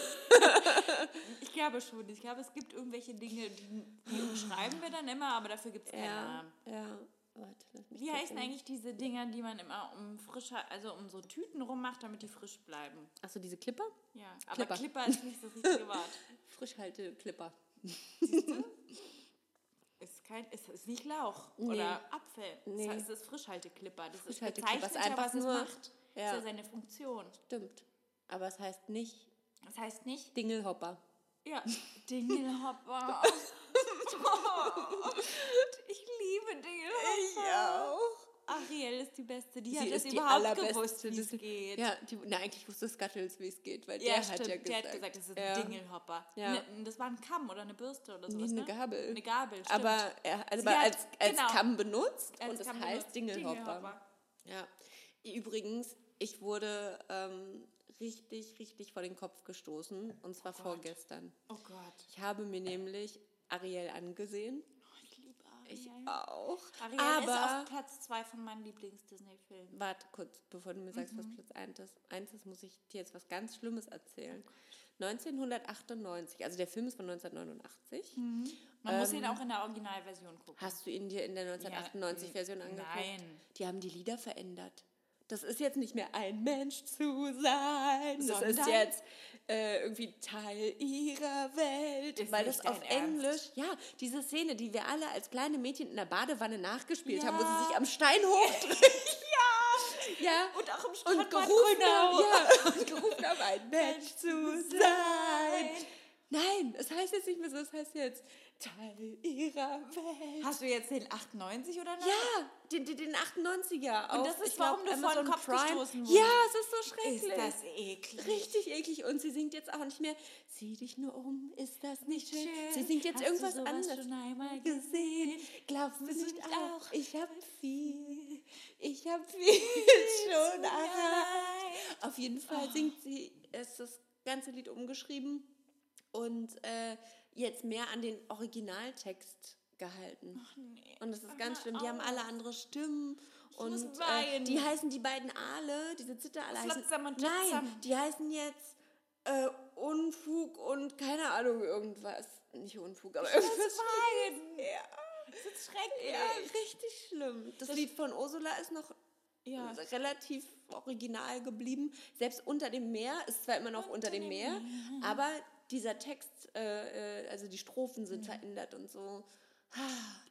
[SPEAKER 4] Ich glaube schon. Ich glaube, es gibt irgendwelche Dinge, die, die schreiben wir dann immer, aber dafür gibt es keinen
[SPEAKER 3] Ja,
[SPEAKER 4] Namen.
[SPEAKER 3] ja. Oh, Warte, lass mich
[SPEAKER 4] Wie
[SPEAKER 3] kurz
[SPEAKER 4] heißen
[SPEAKER 3] in-
[SPEAKER 4] eigentlich diese Dinger, die man immer um frischer, also um so Tüten rummacht, damit die frisch bleiben?
[SPEAKER 3] Ach so, diese Clipper?
[SPEAKER 4] Ja, aber
[SPEAKER 3] Clipper.
[SPEAKER 4] Clipper, ist nicht das richtige
[SPEAKER 3] (laughs)
[SPEAKER 4] Wort.
[SPEAKER 3] Frischhalte-Clipper.
[SPEAKER 4] Ist, kein, ist, ist nicht Lauch
[SPEAKER 3] Nee.
[SPEAKER 4] oder Apfel.
[SPEAKER 3] Nee.
[SPEAKER 4] Das heißt, es ist Frischhalteklipper. Das ist
[SPEAKER 3] Frischhalteklipper
[SPEAKER 4] bezeichnet
[SPEAKER 3] ist
[SPEAKER 4] ja,
[SPEAKER 3] einfach
[SPEAKER 4] was es
[SPEAKER 3] nur-
[SPEAKER 4] macht.
[SPEAKER 3] ja.
[SPEAKER 4] Das ist ja seine Funktion.
[SPEAKER 3] Stimmt. Aber es heißt nicht
[SPEAKER 4] Das heißt nicht,
[SPEAKER 3] Dingelhopper.
[SPEAKER 4] ja, (laughs)
[SPEAKER 3] (laughs)
[SPEAKER 4] Dingelhopper. ich liebe Dingelhopper.
[SPEAKER 3] auch.
[SPEAKER 4] Ariel ist die Beste. Die
[SPEAKER 3] Sie
[SPEAKER 4] hat
[SPEAKER 3] ist
[SPEAKER 4] es
[SPEAKER 3] die
[SPEAKER 4] überhaupt
[SPEAKER 3] allerbeste.
[SPEAKER 4] gewusst, wie es
[SPEAKER 3] Das-
[SPEAKER 4] geht.
[SPEAKER 3] Ja, die, na, eigentlich wusste Scuttles, wie es geht, weil
[SPEAKER 4] Ja,
[SPEAKER 3] der hat
[SPEAKER 4] stimmt.
[SPEAKER 3] ja
[SPEAKER 4] der
[SPEAKER 3] gesagt.
[SPEAKER 4] hat gesagt, das ist
[SPEAKER 3] ja.
[SPEAKER 4] ein Dingelhopper.
[SPEAKER 3] Ja.
[SPEAKER 4] Ne, das war ein Kamm oder eine Bürste oder
[SPEAKER 3] Nee,
[SPEAKER 4] sowas.
[SPEAKER 3] eine
[SPEAKER 4] ne?
[SPEAKER 3] Gabel.
[SPEAKER 4] Eine Gabel, stimmt.
[SPEAKER 3] Aber er also
[SPEAKER 4] Sie hat-
[SPEAKER 3] als, als
[SPEAKER 4] genau.
[SPEAKER 3] Kamm benutzt
[SPEAKER 4] Als
[SPEAKER 3] und es
[SPEAKER 4] Kamm
[SPEAKER 3] heißt
[SPEAKER 4] benutzt.
[SPEAKER 3] Dingelhopper. Ja. Übrigens, ich wurde ähm, richtig, richtig vor den Kopf gestoßen und zwar vorgestern.
[SPEAKER 4] Oh Gott.
[SPEAKER 3] Ich habe mir nämlich Ariel angesehen.
[SPEAKER 4] Oh, ich liebe Ariel.
[SPEAKER 3] Ich auch.
[SPEAKER 4] Ariel ist
[SPEAKER 3] aber
[SPEAKER 4] auf Platz 2 von meinen Lieblings-Disney-Filmen.
[SPEAKER 3] warte kurz, bevor du mir sagst,
[SPEAKER 4] Mhm.
[SPEAKER 3] was Platz 1 ist. Eins ist, muss ich dir jetzt was ganz Schlimmes
[SPEAKER 4] Oh
[SPEAKER 3] erzählen. 1998, also der Film ist von 1989.
[SPEAKER 4] Mhm. Man muss ihn auch in der Originalversion gucken.
[SPEAKER 3] Hast du ihn dir in der 1998-Version
[SPEAKER 4] Ja, n-
[SPEAKER 3] angeguckt?
[SPEAKER 4] nein.
[SPEAKER 3] Die haben die Lieder verändert. Das ist jetzt nicht mehr ein Mensch zu sein. Das ist
[SPEAKER 4] Sondern?
[SPEAKER 3] jetzt äh, irgendwie Teil ihrer Welt.
[SPEAKER 4] Ist
[SPEAKER 3] weil
[SPEAKER 4] nicht
[SPEAKER 3] das auf
[SPEAKER 4] dein Ernst?
[SPEAKER 3] Englisch, ja, diese Szene, die wir alle als kleine Mädchen in der Badewanne nachgespielt haben, wo sie
[SPEAKER 4] Ja. (laughs)
[SPEAKER 3] sich am Stein hochdrehen. ja.
[SPEAKER 4] Und auch im
[SPEAKER 3] Und
[SPEAKER 4] Strandbad
[SPEAKER 3] gerufen haben,
[SPEAKER 4] Grünau. (laughs)
[SPEAKER 3] ja, und gerufen haben, ein Mensch zu sein. Nein, es heißt jetzt nicht mehr so, es heißt jetzt Teil ihrer Welt.
[SPEAKER 4] Hast du jetzt den 98 oder nein?
[SPEAKER 3] Ja, den, den, den 98er.
[SPEAKER 4] Und
[SPEAKER 3] auf,
[SPEAKER 4] das ist,
[SPEAKER 3] ich glaub,
[SPEAKER 4] warum du vor
[SPEAKER 3] Amazon
[SPEAKER 4] den Kopf
[SPEAKER 3] Prime.
[SPEAKER 4] gestoßen
[SPEAKER 3] Ja,
[SPEAKER 4] wurdest.
[SPEAKER 3] es ist so schrecklich.
[SPEAKER 4] Ist das eklig.
[SPEAKER 3] Richtig eklig. Und sie singt jetzt auch nicht mehr, sieh dich nur um, ist das nicht schön?
[SPEAKER 4] Schön.
[SPEAKER 3] Sie singt jetzt
[SPEAKER 4] Hast du
[SPEAKER 3] irgendwas
[SPEAKER 4] sowas
[SPEAKER 3] anderes.
[SPEAKER 4] schon
[SPEAKER 3] (laughs)
[SPEAKER 4] einmal
[SPEAKER 3] gesehen, glaubst du nicht
[SPEAKER 4] nicht
[SPEAKER 3] auch?
[SPEAKER 4] auch?
[SPEAKER 3] Ich hab viel, ich hab (laughs) viel schon erreicht. Auf jeden Fall singt sie, ist das ganze Lied umgeschrieben und äh, jetzt mehr an den Originaltext gehalten. Und das ist ganz schlimm. Die haben alle andere Stimmen.
[SPEAKER 4] muss
[SPEAKER 3] Und äh,
[SPEAKER 4] weinen.
[SPEAKER 3] die heißen die beiden Aale, diese Zitterale heißen.
[SPEAKER 4] Flotsam und
[SPEAKER 3] Nein,
[SPEAKER 4] Jetsam.
[SPEAKER 3] die heißen jetzt äh, Unfug und keine Ahnung, irgendwas. Nicht Unfug, aber irgendwas.
[SPEAKER 4] Schweigen. Das ist schrecklich.
[SPEAKER 3] Ja, richtig schlimm. Das, Lied von Ursula ist noch
[SPEAKER 4] Ja.
[SPEAKER 3] Also relativ original geblieben. Selbst unter dem Meer ist zwar immer noch unter, dem Meer, aber dieser Text, äh, äh, also die Strophen sind verändert und so. Ah,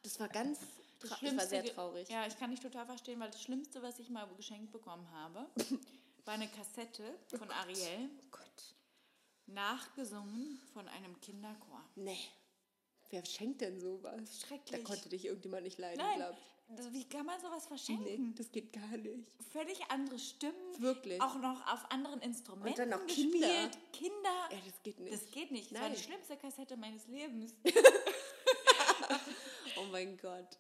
[SPEAKER 3] Das war ganz, tra- das war
[SPEAKER 4] Schlimmste
[SPEAKER 3] sehr
[SPEAKER 4] Ge-
[SPEAKER 3] traurig.
[SPEAKER 4] Ja, ich kann dich total verstehen, weil das Schlimmste, was ich mal geschenkt bekommen habe, war eine Kassette von Ariel,
[SPEAKER 3] Oh Gott.
[SPEAKER 4] nachgesungen von einem Kinderchor.
[SPEAKER 3] Nee. Wer schenkt denn sowas? Da
[SPEAKER 4] Schrecklich.
[SPEAKER 3] konnte dich irgendjemand nicht leiden,
[SPEAKER 4] Nein,
[SPEAKER 3] glaubt.
[SPEAKER 4] das- wie kann man sowas
[SPEAKER 3] Nee,
[SPEAKER 4] verschenken?
[SPEAKER 3] das geht gar nicht.
[SPEAKER 4] Völlig andere Stimmen.
[SPEAKER 3] Wirklich.
[SPEAKER 4] Auch noch auf anderen Instrumenten
[SPEAKER 3] Und dann noch
[SPEAKER 4] gespielt.
[SPEAKER 3] Kinder.
[SPEAKER 4] Kinder.
[SPEAKER 3] Ja, das geht nicht.
[SPEAKER 4] Das geht nicht. Das war
[SPEAKER 3] Nein.
[SPEAKER 4] die schlimmste Kassette meines Lebens.
[SPEAKER 3] Oh mein Gott.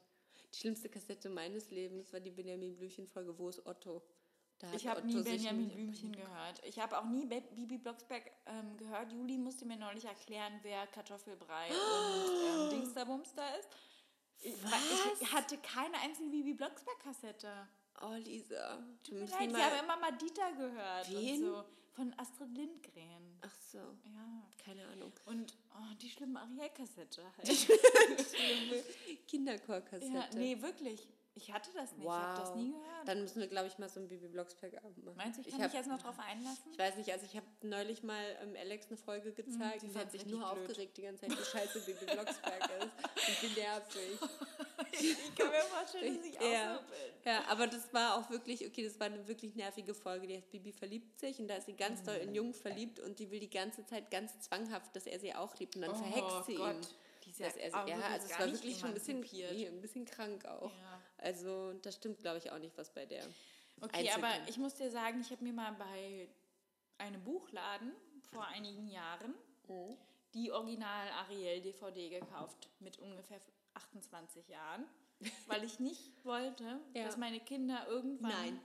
[SPEAKER 3] Die schlimmste Kassette meines Lebens war die Benjamin Blümchen-Folge Wo ist Otto? Da hat
[SPEAKER 4] Ich habe
[SPEAKER 3] Otto
[SPEAKER 4] nie
[SPEAKER 3] sich
[SPEAKER 4] Benjamin
[SPEAKER 3] mit-
[SPEAKER 4] Blümchen gehört. Ich habe auch nie Be Bibi Blocksberg ähm, gehört. Juli musste mir neulich erklären, wer
[SPEAKER 3] (gasps)
[SPEAKER 4] Kartoffelbrei und ähm, Dingsterbums da ist. Ich, weil ich hatte keine einzige Bibi Blocksberg-Kassette.
[SPEAKER 3] Oh, Lisa. Du
[SPEAKER 4] Tut mir
[SPEAKER 3] musst
[SPEAKER 4] leid, ich
[SPEAKER 3] mal-
[SPEAKER 4] habe immer mal Dieter gehört.
[SPEAKER 3] Wen?
[SPEAKER 4] Und so. Von Astrid Lindgren.
[SPEAKER 3] Ach so,
[SPEAKER 4] Ja.
[SPEAKER 3] keine Ahnung.
[SPEAKER 4] Und oh, die schlimme Ariel-Kassette halt.
[SPEAKER 3] Kinderchorkassette.
[SPEAKER 4] ja, nee, wirklich. Ich hatte das nicht. Ich habe das nie gehört.
[SPEAKER 3] Dann müssen wir, glaube ich, mal so ein Bibi Blocksberg-Abend machen.
[SPEAKER 4] Meinst du, ich kann
[SPEAKER 3] hab-
[SPEAKER 4] mich jetzt noch drauf einlassen?
[SPEAKER 3] Ich weiß nicht, also ich habe neulich mal ähm, Alex eine
[SPEAKER 4] Hm,
[SPEAKER 3] Folge gezeigt und sie hat
[SPEAKER 4] fand's
[SPEAKER 3] sich
[SPEAKER 4] richtig
[SPEAKER 3] nur
[SPEAKER 4] blöd.
[SPEAKER 3] aufgeregt die ganze Zeit,
[SPEAKER 4] (laughs)
[SPEAKER 3] wie scheiße Bibi Blocksberg ist und wie nervig.
[SPEAKER 4] Ich kann mir vorstellen, (laughs) dass ich
[SPEAKER 3] ja.
[SPEAKER 4] auch so bin.
[SPEAKER 3] ja, aber das war auch wirklich, okay, das war eine wirklich nervige Folge. Die heißt Bibi verliebt sich und da ist sie
[SPEAKER 4] Oh
[SPEAKER 3] ganz doll in Jung verliebt und die will die ganze Zeit ganz zwanghaft, dass er sie auch liebt und dann
[SPEAKER 4] Oh
[SPEAKER 3] verhext sie ihn.
[SPEAKER 4] Die ist ja,
[SPEAKER 3] Dass er,
[SPEAKER 4] auch
[SPEAKER 3] sie- ja,
[SPEAKER 4] wirklich
[SPEAKER 3] Oh also es
[SPEAKER 4] gar
[SPEAKER 3] war
[SPEAKER 4] nicht
[SPEAKER 3] wirklich schon ein bisschen,
[SPEAKER 4] emanzipiert.
[SPEAKER 3] nee, ein bisschen krank auch.
[SPEAKER 4] Ja.
[SPEAKER 3] Also das stimmt, glaube ich, auch nicht, was bei der.
[SPEAKER 4] Okay, aber
[SPEAKER 3] Einzelkind.
[SPEAKER 4] ich muss dir sagen, ich habe mir mal bei einem Buchladen vor einigen Jahren
[SPEAKER 3] Mhm.
[SPEAKER 4] die Original Ariel DVD gekauft mit ungefähr 28
[SPEAKER 3] (laughs)
[SPEAKER 4] Jahren, weil ich nicht wollte,
[SPEAKER 3] Ja.
[SPEAKER 4] dass meine Kinder irgendwann
[SPEAKER 3] Nein.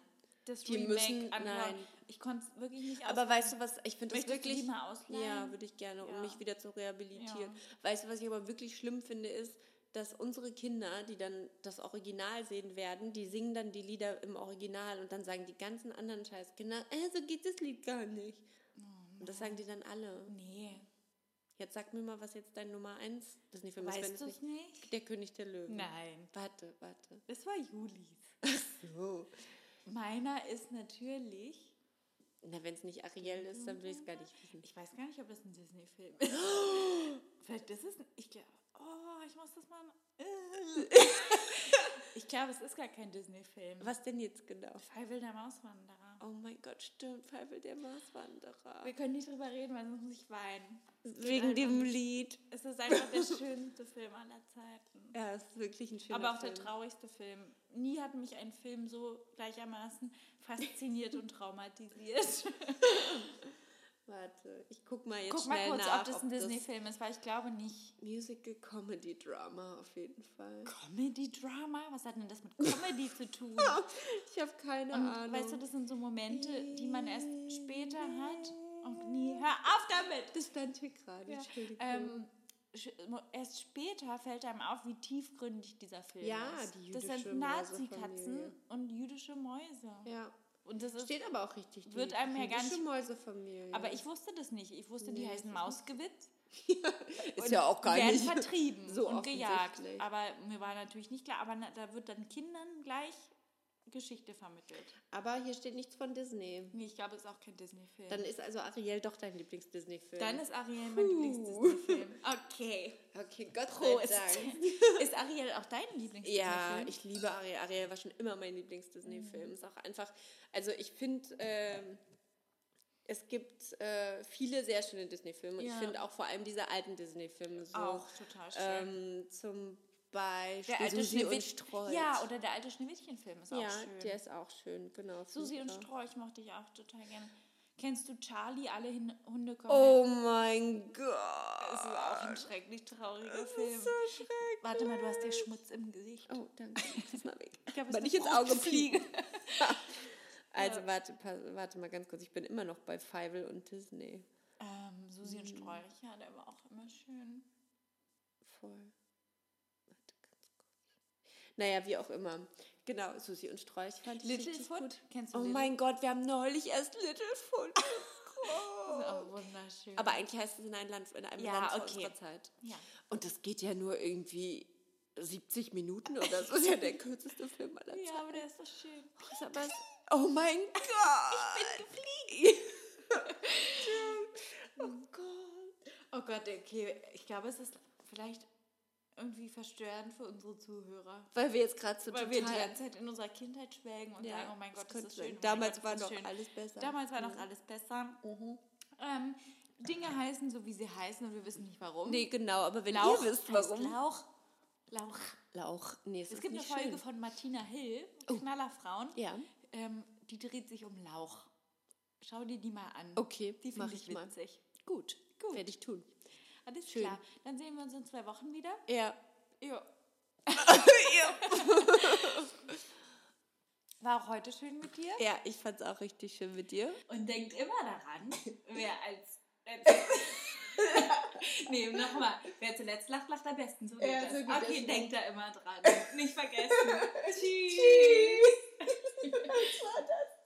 [SPEAKER 4] das
[SPEAKER 3] Die
[SPEAKER 4] Remake
[SPEAKER 3] müssen-
[SPEAKER 4] anhören.
[SPEAKER 3] nein.
[SPEAKER 4] Ich konnte es wirklich nicht
[SPEAKER 3] Aber
[SPEAKER 4] aus-
[SPEAKER 3] weißt du was, ich finde das
[SPEAKER 4] Möchtest du die
[SPEAKER 3] wirklich.
[SPEAKER 4] mal ausleihen?
[SPEAKER 3] Ja, würde ich gerne, um
[SPEAKER 4] Ja.
[SPEAKER 3] mich wieder zu rehabilitieren.
[SPEAKER 4] Ja.
[SPEAKER 3] Weißt du, was ich aber wirklich schlimm finde, ist, dass unsere Kinder, die dann das Original sehen werden, die singen dann die Lieder im Original und dann sagen die ganzen anderen Scheißkinder, äh, so geht das Lied gar nicht. Und das sagen die dann alle.
[SPEAKER 4] Nee,
[SPEAKER 3] Jetzt sag mir mal, was jetzt dein Nummer 1 Disney Film ist, wenn
[SPEAKER 4] weißt
[SPEAKER 3] es
[SPEAKER 4] du es
[SPEAKER 3] nicht
[SPEAKER 4] nicht?
[SPEAKER 3] der König der Löwen.
[SPEAKER 4] Nein,
[SPEAKER 3] Warte, warte.
[SPEAKER 4] das war Julis.
[SPEAKER 3] So.
[SPEAKER 4] Meiner ist natürlich
[SPEAKER 3] Na, wenn es nicht Ariel ist, dann will ich es gar nicht wissen.
[SPEAKER 4] Ich weiß gar nicht, ob das ein Disney-Film ist.
[SPEAKER 3] (gasps)
[SPEAKER 4] Vielleicht ist es. ein- Ich glaube. Oh, ich muss das
[SPEAKER 3] (laughs)
[SPEAKER 4] mal. ich glaube, es ist gar kein Disney-Film.
[SPEAKER 3] Was denn jetzt genau?
[SPEAKER 4] Fall wilder Mauswanderer.
[SPEAKER 3] Oh mein Gott, stimmt, Feivel der Marswanderer.
[SPEAKER 4] Wir können nicht drüber reden, weil sonst muss ich weinen.
[SPEAKER 3] Wegen dem Lied.
[SPEAKER 4] Es ist einfach
[SPEAKER 3] (laughs)
[SPEAKER 4] der schönste Film aller Zeiten.
[SPEAKER 3] Ja, es ist wirklich ein schöner
[SPEAKER 4] Aber auch
[SPEAKER 3] Film.
[SPEAKER 4] der traurigste Film. Nie hat mich ein Film so gleichermaßen fasziniert und traumatisiert.
[SPEAKER 3] Warte, ich guck mal jetzt
[SPEAKER 4] Guck mal
[SPEAKER 3] schnell
[SPEAKER 4] kurz,
[SPEAKER 3] nach,
[SPEAKER 4] ob das ein Disney-Film ist, weil ich glaube nicht.
[SPEAKER 3] Musical Comedy Drama auf jeden Fall.
[SPEAKER 4] Comedy-Drama? Was hat denn das mit Comedy zu tun?
[SPEAKER 3] (laughs) Ich habe keine
[SPEAKER 4] Und
[SPEAKER 3] Ahnung.
[SPEAKER 4] weißt du, das sind so Momente, die man erst später hat und nie. Hör auf damit!
[SPEAKER 3] das stand hier gerade.
[SPEAKER 4] Ja.
[SPEAKER 3] Entschuldigung.
[SPEAKER 4] Ähm, sch- mo- erst später fällt einem auf, wie tiefgründig dieser Film
[SPEAKER 3] Ja,
[SPEAKER 4] ist.
[SPEAKER 3] die
[SPEAKER 4] das sind
[SPEAKER 3] jüdische
[SPEAKER 4] Nazikatzen
[SPEAKER 3] Mäusefamilie.
[SPEAKER 4] und jüdische Mäuse.
[SPEAKER 3] ja.
[SPEAKER 4] Und das ist,
[SPEAKER 3] Steht aber auch richtig. die
[SPEAKER 4] Wird einem ja gar
[SPEAKER 3] jüdische
[SPEAKER 4] nicht-
[SPEAKER 3] Mäusefamilie.
[SPEAKER 4] aber ich wusste das nicht. Ich wusste, die
[SPEAKER 3] Nee,
[SPEAKER 4] heißen
[SPEAKER 3] das
[SPEAKER 4] Mausgewitz.
[SPEAKER 3] ist ja auch
[SPEAKER 4] Die
[SPEAKER 3] gar
[SPEAKER 4] werden
[SPEAKER 3] nicht. (laughs)
[SPEAKER 4] vertrieben
[SPEAKER 3] so
[SPEAKER 4] und gejagt.
[SPEAKER 3] offensichtlich.
[SPEAKER 4] Aber mir war natürlich nicht klar, aber na, da wird dann Kindern gleich Geschichte vermittelt.
[SPEAKER 3] Aber hier steht nichts von Disney.
[SPEAKER 4] Nee, ich glaube, es ist auch kein Disney-Film.
[SPEAKER 3] Dann ist also Ariel doch dein Lieblings-Disney-Film.
[SPEAKER 4] Dann ist Ariel mein Lieblings-Disney-Film.
[SPEAKER 3] (laughs)
[SPEAKER 4] Okay.
[SPEAKER 3] okay, Gott sei
[SPEAKER 4] Prost.
[SPEAKER 3] Dank.
[SPEAKER 4] Ist Ariel auch dein lieblings
[SPEAKER 3] Ja, ich liebe Ariel. Ariel war schon immer mein Lieblings-Disney-Film.
[SPEAKER 4] Mhm.
[SPEAKER 3] Ist auch einfach, also ich finde, ähm, es gibt äh, viele sehr schöne Disney-Filme. und Ich
[SPEAKER 4] Ja.
[SPEAKER 3] finde auch vor allem diese alten Disney-Filme so.
[SPEAKER 4] Auch total schön.
[SPEAKER 3] Ähm, zum Beispiel
[SPEAKER 4] der alte
[SPEAKER 3] Susi und
[SPEAKER 4] Schneewittchen.
[SPEAKER 3] Strolch.
[SPEAKER 4] Ja, oder der alte Schneewittchen-Film ist
[SPEAKER 3] ja,
[SPEAKER 4] auch schön.
[SPEAKER 3] der ist auch schön, genau.
[SPEAKER 4] Susi und
[SPEAKER 3] super.
[SPEAKER 4] Strolch mochte ich auch total gerne. Kennst du Charlie, alle Hin Hunde kommen?
[SPEAKER 3] Oh mein Gott.
[SPEAKER 4] Das ist auch ein schrecklich trauriger Film. so schrecklich. Warte mal, du hast dir Schmutz im Gesicht.
[SPEAKER 3] Oh, danke. (laughs) Das war weg. Ich
[SPEAKER 4] glaub, es
[SPEAKER 3] aber
[SPEAKER 4] ist
[SPEAKER 3] nicht ins
[SPEAKER 4] eine
[SPEAKER 3] Auge fliegen.
[SPEAKER 4] (laughs)
[SPEAKER 3] also warte, pass- warte mal ganz kurz. Ich bin immer noch bei Fievel und Disney.
[SPEAKER 4] Ähm, Susi
[SPEAKER 3] Mhm.
[SPEAKER 4] und Strolch, ja, der war auch immer schön.
[SPEAKER 3] Voll. Warte ganz kurz. Naja, wie auch immer. Genau, Susi und Strolch fand ich richtig gut.
[SPEAKER 4] Littlefoot, kennst du
[SPEAKER 3] Oh
[SPEAKER 4] Littlefoot? (laughs)
[SPEAKER 3] mein Gott, wir haben neulich erst Littlefoot geguckt.
[SPEAKER 4] ist auch wunderschön.
[SPEAKER 3] Aber eigentlich heißt es in einem Land, in einem
[SPEAKER 4] Ja,
[SPEAKER 3] Land vor
[SPEAKER 4] okay.
[SPEAKER 3] unserer Zeit.
[SPEAKER 4] Ja.
[SPEAKER 3] Und das geht ja nur irgendwie 70 Minuten oder so. Das ist ja der kürzeste Film aller Zeiten.
[SPEAKER 4] ja, aber der ist so schön.
[SPEAKER 3] Ist aber- Oh (laughs) mein Gott!
[SPEAKER 4] (laughs) Oh Gott. Oh Gott, okay. Ich glaube, es ist vielleicht irgendwie verstörend für unsere Zuhörer.
[SPEAKER 3] Weil wir jetzt gerade so
[SPEAKER 4] Weil wir die
[SPEAKER 3] total...
[SPEAKER 4] ganze Zeit in unserer Kindheit schwelgen und
[SPEAKER 3] Ja,
[SPEAKER 4] sagen, oh mein
[SPEAKER 3] das
[SPEAKER 4] Gott, das
[SPEAKER 3] könnte
[SPEAKER 4] ist das
[SPEAKER 3] sein.
[SPEAKER 4] schön.
[SPEAKER 3] Damals
[SPEAKER 4] oh mein
[SPEAKER 3] war
[SPEAKER 4] Gott, ist das
[SPEAKER 3] noch alles besser. Mhm.
[SPEAKER 4] Damals war noch alles besser. Ähm, Dinge heißen so, wie sie heißen und wir wissen nicht warum.
[SPEAKER 3] nee, genau, aber wenn
[SPEAKER 4] Lauch
[SPEAKER 3] ihr wisst,
[SPEAKER 4] heißt
[SPEAKER 3] warum...
[SPEAKER 4] Lauch. Lauch.
[SPEAKER 3] Lauch. Nee, es,
[SPEAKER 4] Es
[SPEAKER 3] ist
[SPEAKER 4] gibt eine
[SPEAKER 3] nicht
[SPEAKER 4] Folge
[SPEAKER 3] schön. Oh.
[SPEAKER 4] von Martina Hill, Knallerfrauen.
[SPEAKER 3] Ja.
[SPEAKER 4] Ähm, die dreht sich um Lauch. Schau dir die mal an.
[SPEAKER 3] Okay,
[SPEAKER 4] die
[SPEAKER 3] Oh, mach
[SPEAKER 4] finde
[SPEAKER 3] ich mal.
[SPEAKER 4] witzig.
[SPEAKER 3] Gut,
[SPEAKER 4] Gut.
[SPEAKER 3] werde ich tun.
[SPEAKER 4] Alles
[SPEAKER 3] Schön.
[SPEAKER 4] klar. Dann sehen wir uns in zwei Wochen wieder.
[SPEAKER 3] Ja.
[SPEAKER 4] Ja. (laughs) War auch heute schön mit dir.
[SPEAKER 3] Ja, ich fand's auch richtig schön mit dir.
[SPEAKER 4] Und denkt immer daran, wer als letztes. (laughs) nee, nochmal. Wer zuletzt lacht, lacht am besten. So geht
[SPEAKER 3] Ja,
[SPEAKER 4] das.
[SPEAKER 3] so geht
[SPEAKER 4] okay,
[SPEAKER 3] das.
[SPEAKER 4] denkt da
[SPEAKER 3] (laughs)
[SPEAKER 4] immer dran. Nicht vergessen. Tschüss.
[SPEAKER 3] Was war das